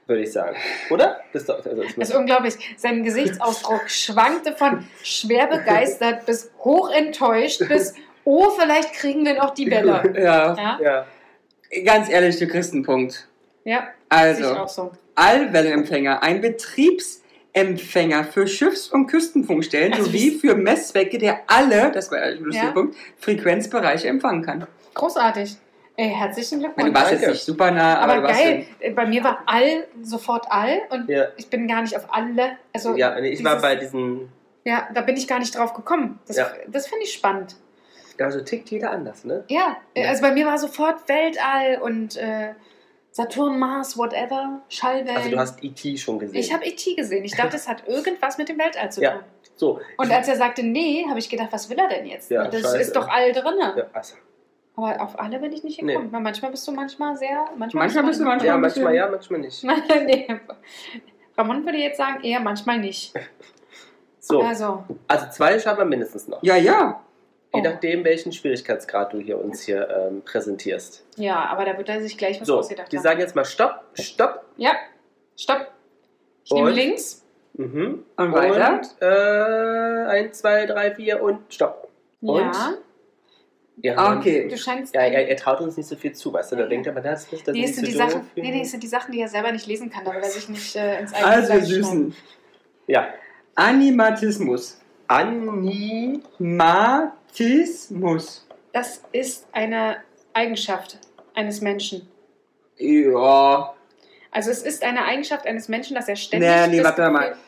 Würde ich sagen. Oder? Das ist doch, also das
Das ist unglaublich. Sein Gesichtsausdruck schwankte von schwer begeistert bis hoch enttäuscht bis, oh, vielleicht kriegen wir noch die Welle.
Ja,
Ja,
ja.
ganz ehrlich, du kriegst einen Punkt.
ja sehe ich
Also,
auch so.
Allwellenempfänger, ein Betriebsempfänger für Schiffs- und Küstenfunkstellen
Also
sowie für Messzwecke, der alle, das war ein lustiger
Ja.
Punkt, Frequenzbereiche empfangen kann.
Großartig. Ey, herzlichen
Ich meine,
Glückwunsch.
du warst
danke.
jetzt nicht super nah, aber,
Oh, Aber
du warst
geil, äh, bei mir war all, sofort all und
Ja.
ich bin gar nicht auf alle, also
ja, ich war
dieses-
bei diesen.
ja, da bin ich gar nicht drauf gekommen. Das,
Ja.
das finde ich spannend.
Also tickt jeder anders, ne?
Ja, äh,
Ja.
also bei mir war sofort Weltall und äh, Saturn, Mars, whatever, Schallwellen.
Also du hast E.T. schon gesehen.
ich habe E.T. gesehen. Ich dachte, es hat irgendwas mit dem Weltall zu tun.
Ja. so.
Und als er sagte, nee, habe ich gedacht, was will er denn jetzt?
Ja,
das
scheiße.
ist doch all drin.
Ja, also,
Aber auf alle bin ich nicht
Nee.
gekommen. Weil manchmal bist du manchmal sehr. Manchmal,
Manchmal bist du manchmal-
ja, manchmal ja, manchmal nicht.
manchmal. nee. Ramon würde jetzt sagen, eher manchmal nicht.
So,
Also,
also zwei schaffen wir mindestens noch.
du. Ja, ja.
Je
Oh.
nachdem, welchen Schwierigkeitsgrad du hier uns hier ähm, präsentierst.
Ja, aber da wird er sich gleich was
So,
ausgedacht
die
haben.
sagen jetzt mal Stopp, Stopp.
Ja, stopp. Ich nehme
Und?
links.
Mhm.
Und weiter?
Und, äh, eins, zwei, drei, vier und Stopp. Und?
Ja.
Ja,
Ah,
Mann.
okay.
Du scheinst.
Ja, er, er traut uns nicht so viel zu, weißt du? Da denkt er, aber das ist das
nee, es
ist
sind die
so doof.
Sachen, nee, nee, es sind die Sachen, die er selber nicht lesen kann, damit er sich nicht äh, ins eigene
Also, ihr
Fleisch schneidet.
Süßen.
Ja.
Animatismus.
Anni.
Matismus.
Das ist eine Eigenschaft eines Menschen.
Ja.
Also es ist eine Eigenschaft eines Menschen, dass er ständig.
Nee, nee,
das
warte mal.
Gefühl-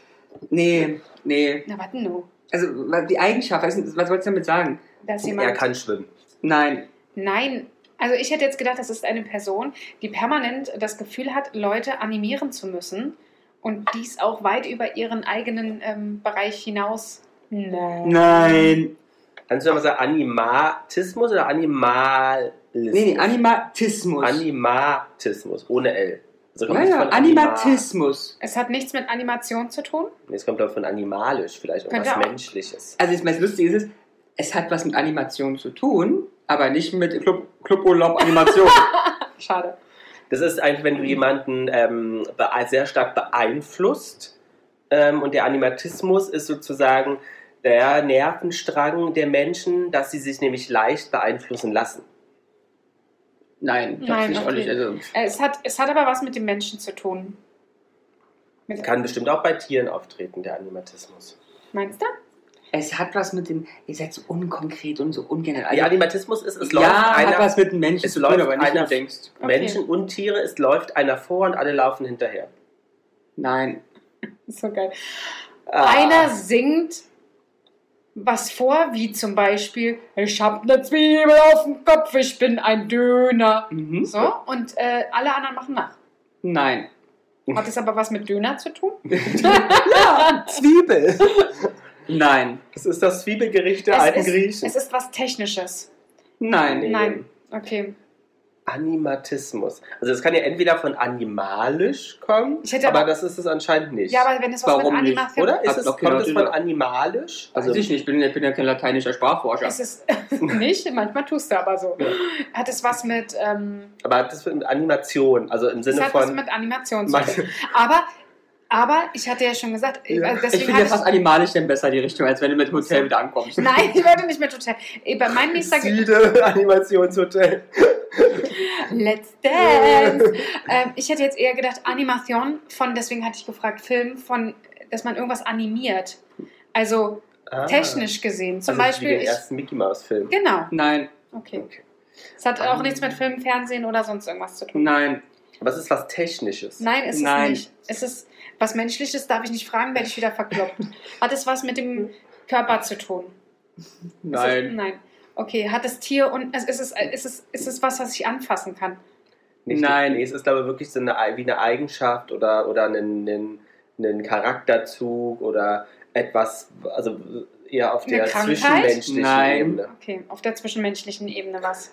Nee, nee.
Na, warte nur.
Also, wa- die Eigenschaft, was, was wolltest du damit sagen?
Dass jemand.
Er kann schwimmen.
Nein.
Nein. Also ich hätte jetzt gedacht, das ist eine Person, die permanent das Gefühl hat, Leute animieren zu müssen und dies auch weit über ihren eigenen ähm, Bereich hinaus. Nein.
Nein.
Kannst du mal sagen Animatismus oder Animalismus?
Nee, nee, Animatismus.
Animatismus, ohne L. Also
ja,
nicht
ja,
von Anima-
Animatismus.
Es hat nichts mit Animation zu tun.
Nee, Es kommt, glaube ich, von animalisch, vielleicht
Könnte
irgendwas
auch.
Menschliches.
Also, ich meine, das Lustige ist, es, es hat was mit Animation zu tun, aber nicht mit Club, Cluburlaub Animation.
Schade.
Das ist eigentlich, wenn du jemanden ähm, bee- sehr stark beeinflusst ähm, und der Animatismus ist sozusagen der Nervenstrang der Menschen, dass sie sich nämlich leicht beeinflussen lassen.
Nein, das
Nein,
finde ich
okay.
auch nicht. Also,
Äh, Es hat, es hat aber was mit dem Menschen zu tun. Mit,
Kann bestimmt auch bei Tieren auftreten, der Animatismus.
meinst du?
es hat was mit dem. Ihr seid so unkonkret und so ungenau.
Der
Also,
Animatismus ist, es
ja,
läuft
hat
einer,
was mit dem Menschen
es
zu tun,
läuft
aber nicht
einer-
nur denkst.
Okay.
Menschen und Tiere, es läuft einer vor und alle laufen hinterher.
Nein.
Ist so geil.
Ah.
Einer singt was vor, wie zum Beispiel: Ich hab ne Zwiebel auf dem Kopf, ich bin ein Döner.
Mhm.
So, und äh, alle anderen machen nach.
Nein.
Hat es aber was mit Döner zu tun?
Zwiebel!
Nein.
Das ist das Zwiebelgericht der alten
es, ist,
Griechen.
es ist was Technisches.
Nein.
Nee.
Nein. Okay.
Animatismus. Also es kann ja entweder von animalisch kommen,
Ich hätte
aber,
aber-
das ist es anscheinend nicht.
Ja, aber wenn es was
Warum
mit Anima
nicht,
Film-
Oder? Ist
Hat
es,
noch
kommt
keiner
es von
drüber.
animalisch?
Also, ich nicht, ich bin, ich bin ja kein lateinischer Sprachforscher.
Es ist nicht, manchmal tust du aber so.
Ja.
Hat es was mit, ähm,
Aber hat das mit Animation, also im
es
Sinne
hat was
von...
mit Animation zu
Man-
tun. Aber, aber ich hatte ja schon gesagt,
Ja.
also
ich
deswegen
finde ja fast
hatte
animalisch denn besser die Richtung, als wenn du mit Hotel wieder ankommst.
ich, Nein, ich werde nicht mehr total. Ey, Bei meinem nächster Ge-
Siede, Animationshotel.
Let's Dance. ähm, ich hätte jetzt eher gedacht, Animation von, deswegen hatte ich gefragt, Film von, dass man irgendwas animiert. Also
Ah.
technisch gesehen. Zum
Also es ist
Beispiel.
Wie
Ich,
den ersten Mickey Mouse Film.
genau,
Nein,
okay.
Okay.
Es hat
Ähm.
auch nichts mit Film, Fernsehen oder sonst irgendwas zu tun.
nein.
Aber es ist was Technisches.
Nein, es
Nein.
ist nicht. Es ist was Menschliches, darf ich nicht fragen, werde ich wieder verkloppt. Hat es was mit dem Körper zu tun?
Also
Ist Es,
Nein.
nein. Okay, hat es Tier und also ist es ist es ist es was, was ich anfassen kann?
Nicht-
Nein.
Nee, es ist glaube ich wirklich so eine, wie eine Eigenschaft oder, oder einen, einen, einen Charakterzug oder etwas, also eher auf
Eine
der
Krankheit?
zwischenmenschlichen
Nein.
Ebene.
Okay, auf der zwischenmenschlichen Ebene was?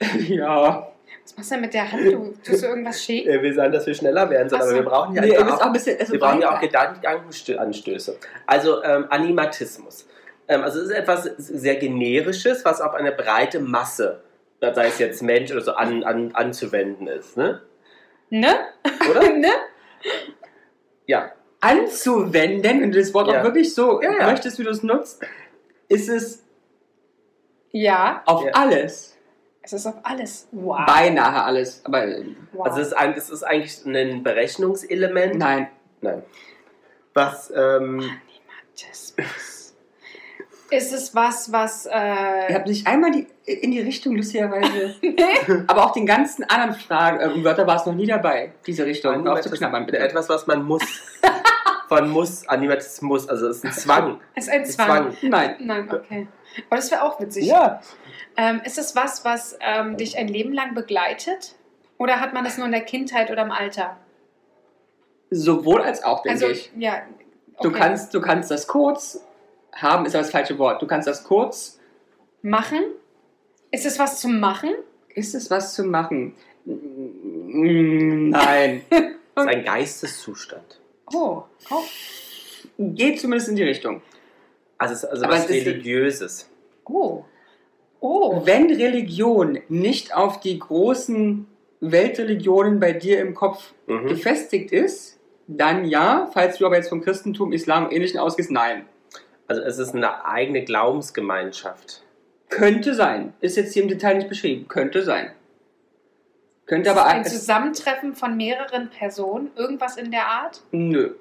Ja.
Was machst du denn mit der Hand? Du tust du irgendwas schief?
Äh, Wir sagen, dass wir schneller werden sollen,
Ach
aber
so.
wir brauchen ja,
Nee, ihr
einfach
müsst
auch,
auch ein bisschen. Also
wir brauchen ja auch
weiter.
Gedankenanstöße. Also ähm, Animatismus. Ähm, also es ist etwas sehr Generisches, was auf eine breite Masse, äh, sei es jetzt Mensch oder so, an, an, anzuwenden ist. Ne?
Ne?
Oder?
ne?
ja.
anzuwenden, wenn du das Wort
Ja.
auch wirklich so
Ja, ja.
möchtest, wie du es nutzt, ist es
Ja,
auf
Ja.
alles.
es ist auf alles. Wow.
Beinahe alles. Aber äh,
wow.
Also es ist, ein- es ist eigentlich ein Berechnungselement.
nein.
Nein. Was, ähm,
Animatismus. ist es was, was
Ihr
äh,
habt nicht einmal die, in die Richtung, lustigerweise. Aber auch den ganzen anderen Fragen, äh, Wörter war es noch nie dabei, diese Richtung. Auf zu knabbern, bitte.
etwas, was man muss. Von muss, Animatismus, also es ist ein Zwang.
ist ein
Ein
Zwang.
Zwang.
Nein.
Nein, okay. Aber das wäre auch witzig. Ähm, ist es was, was ähm, dich ein Leben lang begleitet? Oder hat man das nur in der Kindheit oder im Alter?
Sowohl als auch, denke
also,
ich.
ja.
Du,
okay.
kannst, du kannst das kurz haben, ist aber das falsche Wort. Du kannst das kurz.
Machen? Ist es was zum Machen?
Ist es was zu machen? Mm, Nein.
Es ist ein Geisteszustand.
Oh, oh.
Geht zumindest in die Richtung.
Also, es ist also
Aber
was
es ist-
Religiöses.
oh. Oh,
Wenn Religion nicht auf die großen Weltreligionen bei dir im Kopf
Mhm.
gefestigt ist, dann ja. Falls du aber jetzt vom Christentum, Islam und Ähnlichem ausgehst, nein.
Also es ist eine eigene Glaubensgemeinschaft.
Könnte sein. Ist jetzt hier im Detail nicht beschrieben. Könnte sein. Könnte
das ist
aber
ein
es-
Zusammentreffen von mehreren Personen, irgendwas in der Art.
Nö.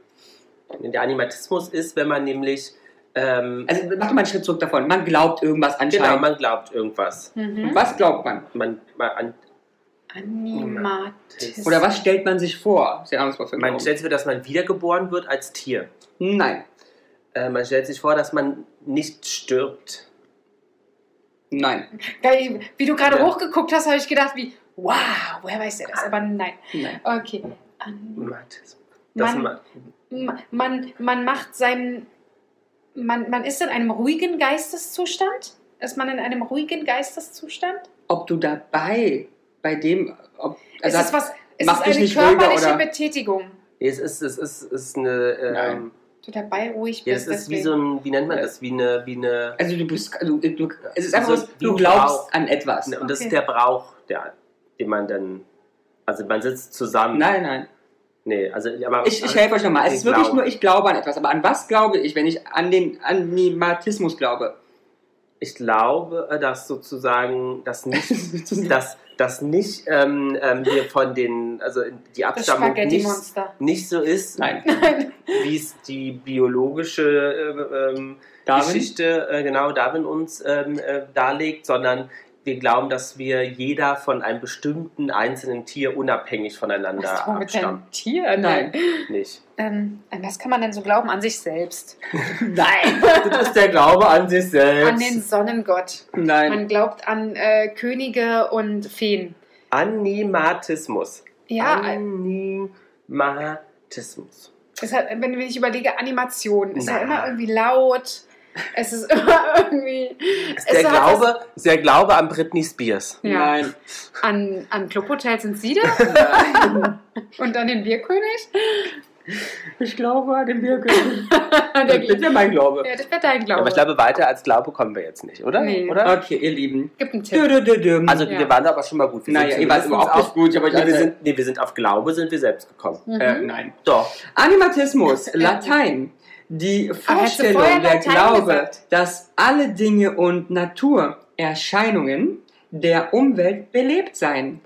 Der Animatismus ist, wenn man nämlich ähm,
Also mach doch mal einen Schritt zurück davon. Man glaubt irgendwas
genau,
anscheinend.
man glaubt irgendwas.
Mhm.
Was glaubt man?
Man, man, an,
Animatis.
Oder was stellt man sich vor? Sehr anderes Wort für
man
Glauben.
stellt sich vor, dass man wiedergeboren wird als Tier.
Nein.
Äh, man stellt sich vor, dass man nicht stirbt.
Nein.
Geil, wie du gerade
Ja.
hochgeguckt hast, habe ich gedacht, wie, wow, woher weiß der das? Aber nein.
Nein.
Okay. An-
Matismus. Das
Man,
ma-
ma- man, man macht seinen. Man, man ist in einem ruhigen Geisteszustand? Ist man in einem ruhigen Geisteszustand?
Ob du dabei bei dem. Ob, also
ist es was. Ist
macht
es
dich
eine
nicht ruhiger,
körperliche
oder?
Betätigung?
Nee, es ist, es ist, es ist eine. Ähm,
Nein.
Du dabei ruhig
ja,
bist.
es ist wie
deswegen.
so ein. Wie nennt man
Ja.
das? Wie eine. Wie eine
also du bist. Du, du, es ist einfach,
Also,
so,
wie
du
ein
glaubst
Brauch.
an etwas.
Ne, Und das
Okay.
ist der Brauch, der, den man dann. Also man sitzt zusammen.
Nein, nein.
Nee, also aber
Ich, ich helfe euch nochmal. Es
Ich
ist wirklich
glaube.
nur, ich glaube an etwas. Aber an was glaube ich, wenn ich an den Animatismus glaube?
ich glaube, äh, dass sozusagen das nicht,
das
dass das nicht ähm, ähm, hier von den, also die
das
Abstammung nicht,
Spaghetti-Monster.
nicht so ist,
Nein.
wie es die biologische äh, ähm,
Darwin?
Geschichte äh, genau Darwin uns ähm, äh, darlegt, sondern wir glauben, dass wir jeder von einem bestimmten einzelnen Tier unabhängig
Was ist
voneinander
wohl mit
abstammt.
deinem Tier?
Nein.
Nicht.
Ähm, an was kann man denn so glauben? An sich selbst.
Nein.
Das ist der Glaube an sich selbst.
An den Sonnengott.
Nein.
Man glaubt an äh, Könige und Feen.
Animatismus.
Ja, äh,
Animatismus.
es hat, wenn, wenn ich überlege, Animation, ist
Na.
ja immer irgendwie laut. Es ist immer irgendwie.
Ist
Es
der,
hat was-
Glaube, ist der Glaube an Britney Spears.
Ja.
Nein.
An, an Clubhotels in Siede
Nein.
und an den Bierkönig.
Ich glaube an den Birken.
Der,
Das ist ja mein Glaube.
ja, das wäre dein Glaube.
Aber ich glaube, weiter als Glaube kommen wir jetzt nicht, oder?
Nee.
oder?
Okay, ihr Lieben.
Gib einen Tipp.
Dö-dö-dö-düm.
Also
Ja.
wir waren da aber schon mal gut. Wir
naja,
sind
ihr wart
zumindest
überhaupt nicht
auf,
gut. Ich hab euch
nee, wir,
alle-
sind, nee, wir sind auf Glaube sind wir selbst gekommen.
Mhm.
Äh, nein.
Doch.
Animatismus, Latein. Die Vorstellung,
vorher
der
Latein
Glaube,
gesagt?
dass alle Dinge und Naturerscheinungen der Umwelt belebt seien.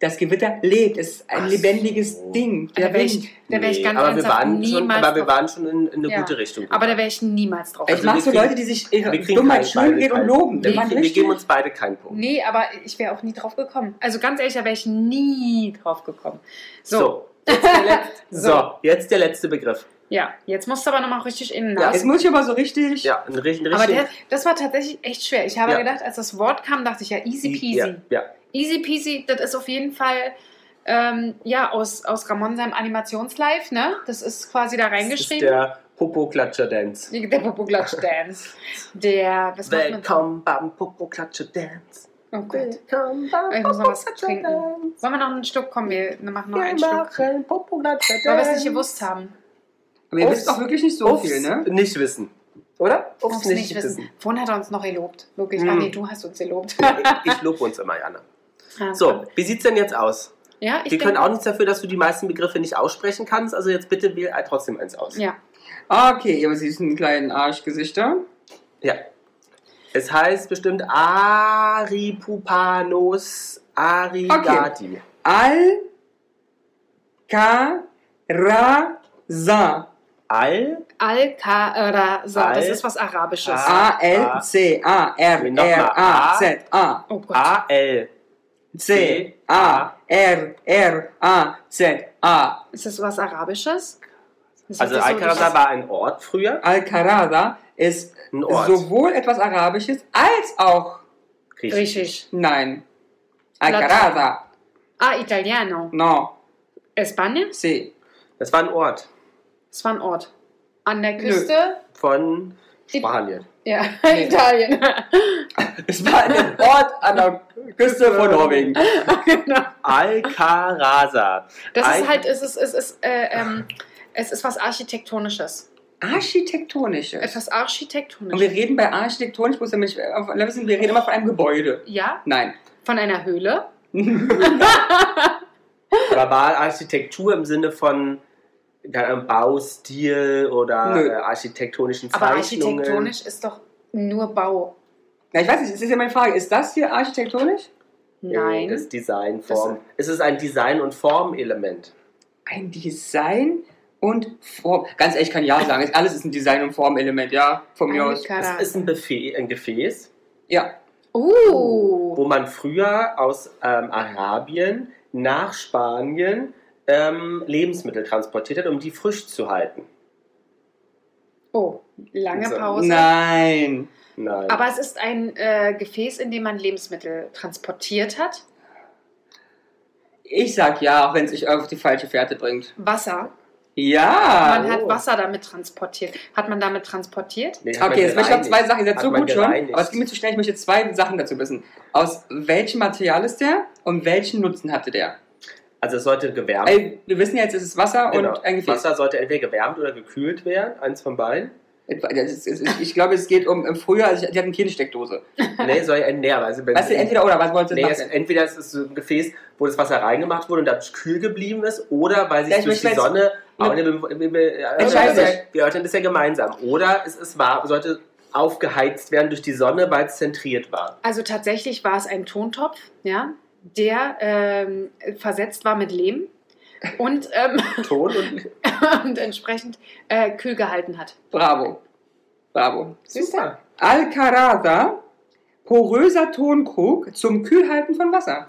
Das Gewitter lebt, es ist ein
Ach
lebendiges
so.
Ding.
da
Der
wäre
Wind.
ich, da wär ich
Nee,
ganz
aber wir
ernsthaft
waren schon,
niemals
aber wir
drauf.
waren schon in, in eine
Ja.
gute Richtung.
aber da wäre ich niemals drauf.
Ich
Also
mag
wir
so
kriegen-
Leute, die sich ihre
wir kriegen
Dummheit
keinen- beide
schwimmen geht und
keinen-
loben.
wir,
Wenn man
wir
möchte.
geben uns beide keinen Punkt.
Nee, aber ich wäre auch nie drauf gekommen. Also ganz ehrlich, da wäre ich nie drauf gekommen. So,
Jetzt der letzte, so,
So.
jetzt der letzte Begriff.
ja, jetzt musst du aber nochmal richtig innen
Ja,
Jetzt muss ich aber so richtig.
Ja, ein richtig.
Aber der, das war tatsächlich echt schwer. Ich habe
Ja.
gedacht, als das Wort kam, dachte ich ja, easy peasy.
Ja, ja.
Easy peasy, das ist auf jeden Fall ähm, ja, aus, aus Ramon seinem Animationslive, ne? Das ist quasi da reingeschrieben.
Das ist der Popo-Klatscher-Dance.
Der, der Popoklatsch-Dance. Der, was macht man?
Willkommen beim Popo-Klatscher-Dance.
Oh Gott. Äh,
Willkommen beim
Ich muss noch was
Popo-Klatscher-Dance.
Wollen wir noch einen Schluck kommen? Wir machen noch
Wir
einen Schluck.
machen Popo-Klatscher-Dance.
Weil wir es nicht gewusst haben.
Aber ihr
Ups.
wisst auch wirklich nicht so
Uffs
viel, ne?
nicht wissen. Oder? Ups,
Ob's nicht wissen. Vorhin hat er uns noch gelobt. Wirklich. Ah,
Mm.
nee, du hast uns gelobt.
Ich, ich lobe uns immer, Jana. So, wie sieht's denn jetzt aus?
Ja, ich
Wir können
denke-
auch nichts dafür, dass du die meisten Begriffe nicht aussprechen kannst. Also jetzt bitte wähl trotzdem eins aus.
Ja.
Ah, Okay, ihr süßen kleinen Arschgesichter.
Ja. Es heißt bestimmt Aripupanos Arigati.
Al Karazan.
Al,
Al-Qarasa. Das
Al-
ist was Arabisches.
Ah.
A L C A R R A Z A
oh
Ah.
Gott.
A-L.
C A R R A Z A
Ist das was Arabisches? Das
Also
ist so
Alcarazar
dieses-
war ein Ort früher.
Al-Karada ist
Ein Ort.
sowohl etwas Arabisches als auch
Griechisch.
Griechisch.
nein. Al-Karada,
Ah, Italiano.
no,
Spanien?
si.
Das war ein Ort
Das war ein Ort. An der
Nö.
Küste?
von
I-
Spanien.
Ja,
Nee.
Italien.
Es war ein Ort an der Küste von Norwegen.
genau.
Alcarazar.
Das
Ein-
ist halt, es ist, es ist, äh, ähm, es ist was Architektonisches.
Architektonisches.
Etwas
Und wir
architektonisch.
reden bei architektonisch, muss damit ich auf alle wissen, wir reden immer von einem Gebäude.
Ja,
Nein.
von einer Höhle.
Aber war Architektur im Sinne von keine Ahnung, Baustil oder
Nö.
äh, architektonischen
Aber
Zeichnungen?
architektonisch ist doch nur Bau.
Na, ich weiß nicht, es ist ja meine Frage, ist das hier architektonisch?
Nein.
Nein.
Das Design, Form. Es ist ein Design- und Formelement.
Ein Design und Form. Ganz ehrlich, ich kann ja sagen, es- alles ist ein Design- und Formelement, ja, von mir
Eine
aus.
Es
Karate.
ist ein, Buffet, ein Gefäß,
Ja.
Uh,
wo man früher aus ähm, Arabien nach Spanien ähm, Lebensmittel transportiert hat, um die frisch zu halten.
oh, lange
So.
Pause.
Nein.
Nein.
Aber es ist ein äh, Gefäß, in dem man Lebensmittel transportiert hat.
Ich sag ja, auch wenn es sich auf die falsche Fährte bringt.
Wasser.
Ja.
man hat
oh.
Wasser damit transportiert. Hat man damit transportiert?
Nee, hat man
Okay, jetzt möchte ich noch
gereinigt.
zwei Sachen. Ihr seid
Hat
so
man
gut schon,
gereinigt.
aber es geht mir zu schnell. Ich möchte jetzt zwei Sachen dazu wissen. Aus welchem Material ist der und welchen Nutzen hatte der?
Also es sollte gewärmt werden.
Weil wir wissen jetzt, es ist Wasser
Genau.
und ein Gefäß.
Wasser sollte entweder gewärmt oder gekühlt werden, eins von beiden.
Etwa- das ist- es ist- Ich glaube, es geht um im Frühjahr, also ich- die hatten keine Steckdose.
Nee, soll ja entnähren. Also wenn
Weißt du, entweder oder, was wolltest du
nee, es,
machen?
entweder es ist so ein Gefäß, wo das Wasser reingemacht wurde und dann kühl geblieben ist, oder weil sich
Ja, ich
durch die
möchte jetzt-
Sonne. Aber
Ne-
ne, wir- wir- wir-
Entscheide
wir wir erörtern das ja gemeinsam. Oder es ist warm, sollte aufgeheizt werden durch die Sonne, weil es zentriert war.
Also tatsächlich war es ein Tontopf, ja, der ähm, versetzt war mit Lehm und, ähm,
Ton und
und entsprechend äh, kühl gehalten hat.
Bravo. Bravo.
Super.
Alcaraza, poröser Tonkrug zum Kühlhalten von Wasser.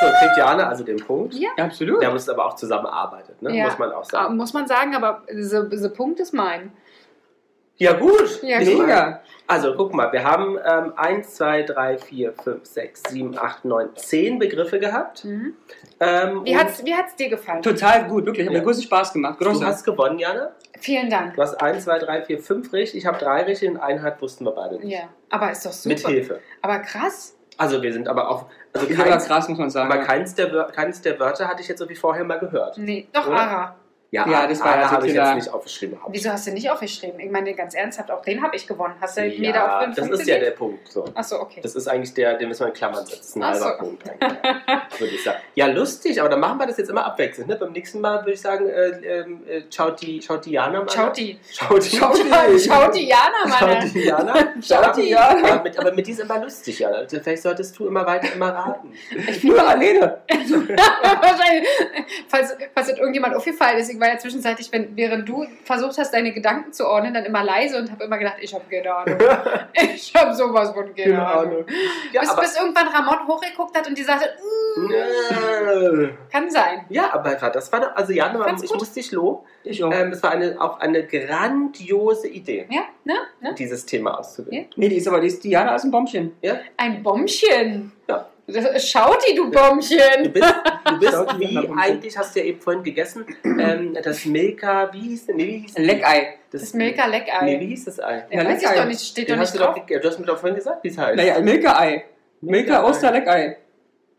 So kriegt Jana also den Punkt.
Absolut.
Wir haben uns aber auch zusammengearbeitet, ne?
Ja.
muss man auch
Ah,
sagen.
muss man sagen, aber the, the Punkt ist mein.
Ja, gut.
Ja,
Ich meine,
Mega.
Also, guck mal, wir haben ähm, 1, 2, 3, 4, 5, 6, 7, 8, 9, 10 Begriffe gehabt.
Mhm.
Ähm,
Wie
und
hat es wie hat's dir gefallen?
Total gut, wirklich. Hat
Ja.
mir großen Spaß gemacht.
Du
Großer.
hast gewonnen, Jana.
Vielen Dank.
Du hast 1, 2, 3, 4, 5 richtig. Ich habe 3 richtig und einen hat wussten wir beide nicht.
Ja, aber ist doch super.
Mit Hilfe.
Aber krass.
Also, wir sind aber auch. Also
Ist aber
keins,
krass, muss man
aber
sagen.
keins, der, Wör- keins der Wörter hatte ich jetzt irgendwie vorher mal gehört.
Nee, doch
Oder?
Ara.
Ja, das war
aber
ja so
habe ich jetzt
klar.
nicht aufgeschrieben. Haupt-
Wieso hast du nicht aufgeschrieben? Ich meine, ganz ernsthaft, auch den habe ich gewonnen. Hast du mir da auf
Ja,
fünf
das
Punkte
ist ja der
gegeben?
Punkt. So.
Achso, okay.
Das ist eigentlich der, den müssen wir in Klammern setzen. Ein
Ach so.
halber Punkt. eigentlich, Würde ich sagen. Ja, lustig, aber dann machen wir das jetzt immer abwechselnd. Ne? Beim nächsten Mal würde ich sagen, äh, ähm, äh, schaut, die, schaut die Jana mal.
Schaut die.
Schaut die.
Schaut die.
Schaut die Jana mal
Schaut
an.
die Jana.
Schaut die Jana.
Aber mit, aber mit die ist immer lustig, Jana. Also Vielleicht solltest du immer weiter immer raten.
Nur alleine.
Wahrscheinlich. falls, falls das irgendjemand aufgefallen ist, ich war ja zwischenzeitlich, wenn, während du versucht hast, deine Gedanken zu ordnen, dann immer leise und habe immer gedacht, ich habe keine Ahnung. Ich habe sowas von keine Ahnung.
Ja,
bis,
aber,
bis irgendwann Ramon hochgeguckt hat und die sagte, "Mm,
Nö.
kann sein.
ja, aber das war doch, also Jana,
Fand's
ich
gut.
muss dich loben.
Ich auch.
Ähm, es war eine, auch eine grandiose Idee,
Ja, ne? ne?
dieses Thema auszuwählen.
Nee, die ist aber, die ist, die Jana ist ein Bombchen.
Ein Bombchen.
Ja.
Schaut die, du
Du
Bombchen.
bist, du bist
Schaut die
wie
Jana.
eigentlich, hast du ja eben vorhin gegessen, ähm, das Milka, wie hieß, nee, wie hieß
Leckei.
Das Milka-Leckei.
Nee, wie hieß das Ei?
Ja,
Ja,
weiß ich
lecker.
doch nicht, steht doch
Den hast
nicht
du, doch,
drauf.
ge- du hast mir doch vorhin gesagt, wie es heißt.
Naja, Milka-Ei. Milka-Oster-Leckei.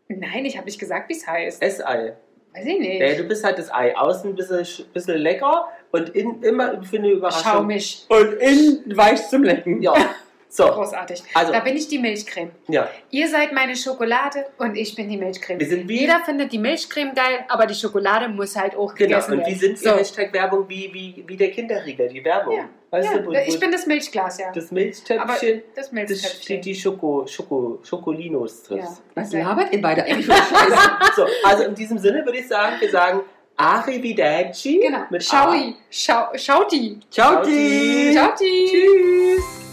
Nein, ich habe nicht gesagt, wie es heißt.
Essei.
Weiß ich nicht.
Ja, du bist halt das Ei. Außen ein bisschen, sch- bisschen lecker und innen immer für eine Überraschung.
Schaumig.
Und innen weich zum Lecken.
Ja. So,
Großartig.
Also-
da bin ich die Milchcreme.
ja.
Ihr seid meine Schokolade und ich bin die Milchcreme.
Wir sind wie-
Jeder findet die Milchcreme geil, aber die Schokolade muss halt auch
Genau.
gegessen
Und wie
werden.
sind die
So.
Hashtag-Werbung wie, wie, wie der Kinderriegel, die Werbung?
Ja.
Weißt
ja,
du, wo,
ich
wo
bin das Milchglas, ja.
das
aber
Milchtöpfchen,
das
das
Milchtöpfchen.
steht die Schoko, Schoko, Schokolinos drin.
ja.
Was
Ja.
labert ihr beide eigentlich für Scheiße?
So, also in diesem Sinne würde ich sagen, wir sagen Arrivederci.
Genau.
mit A.
Schaui. Schau, Schauti.
Ciao,
Tschauti.
Tschüss.
Schauti.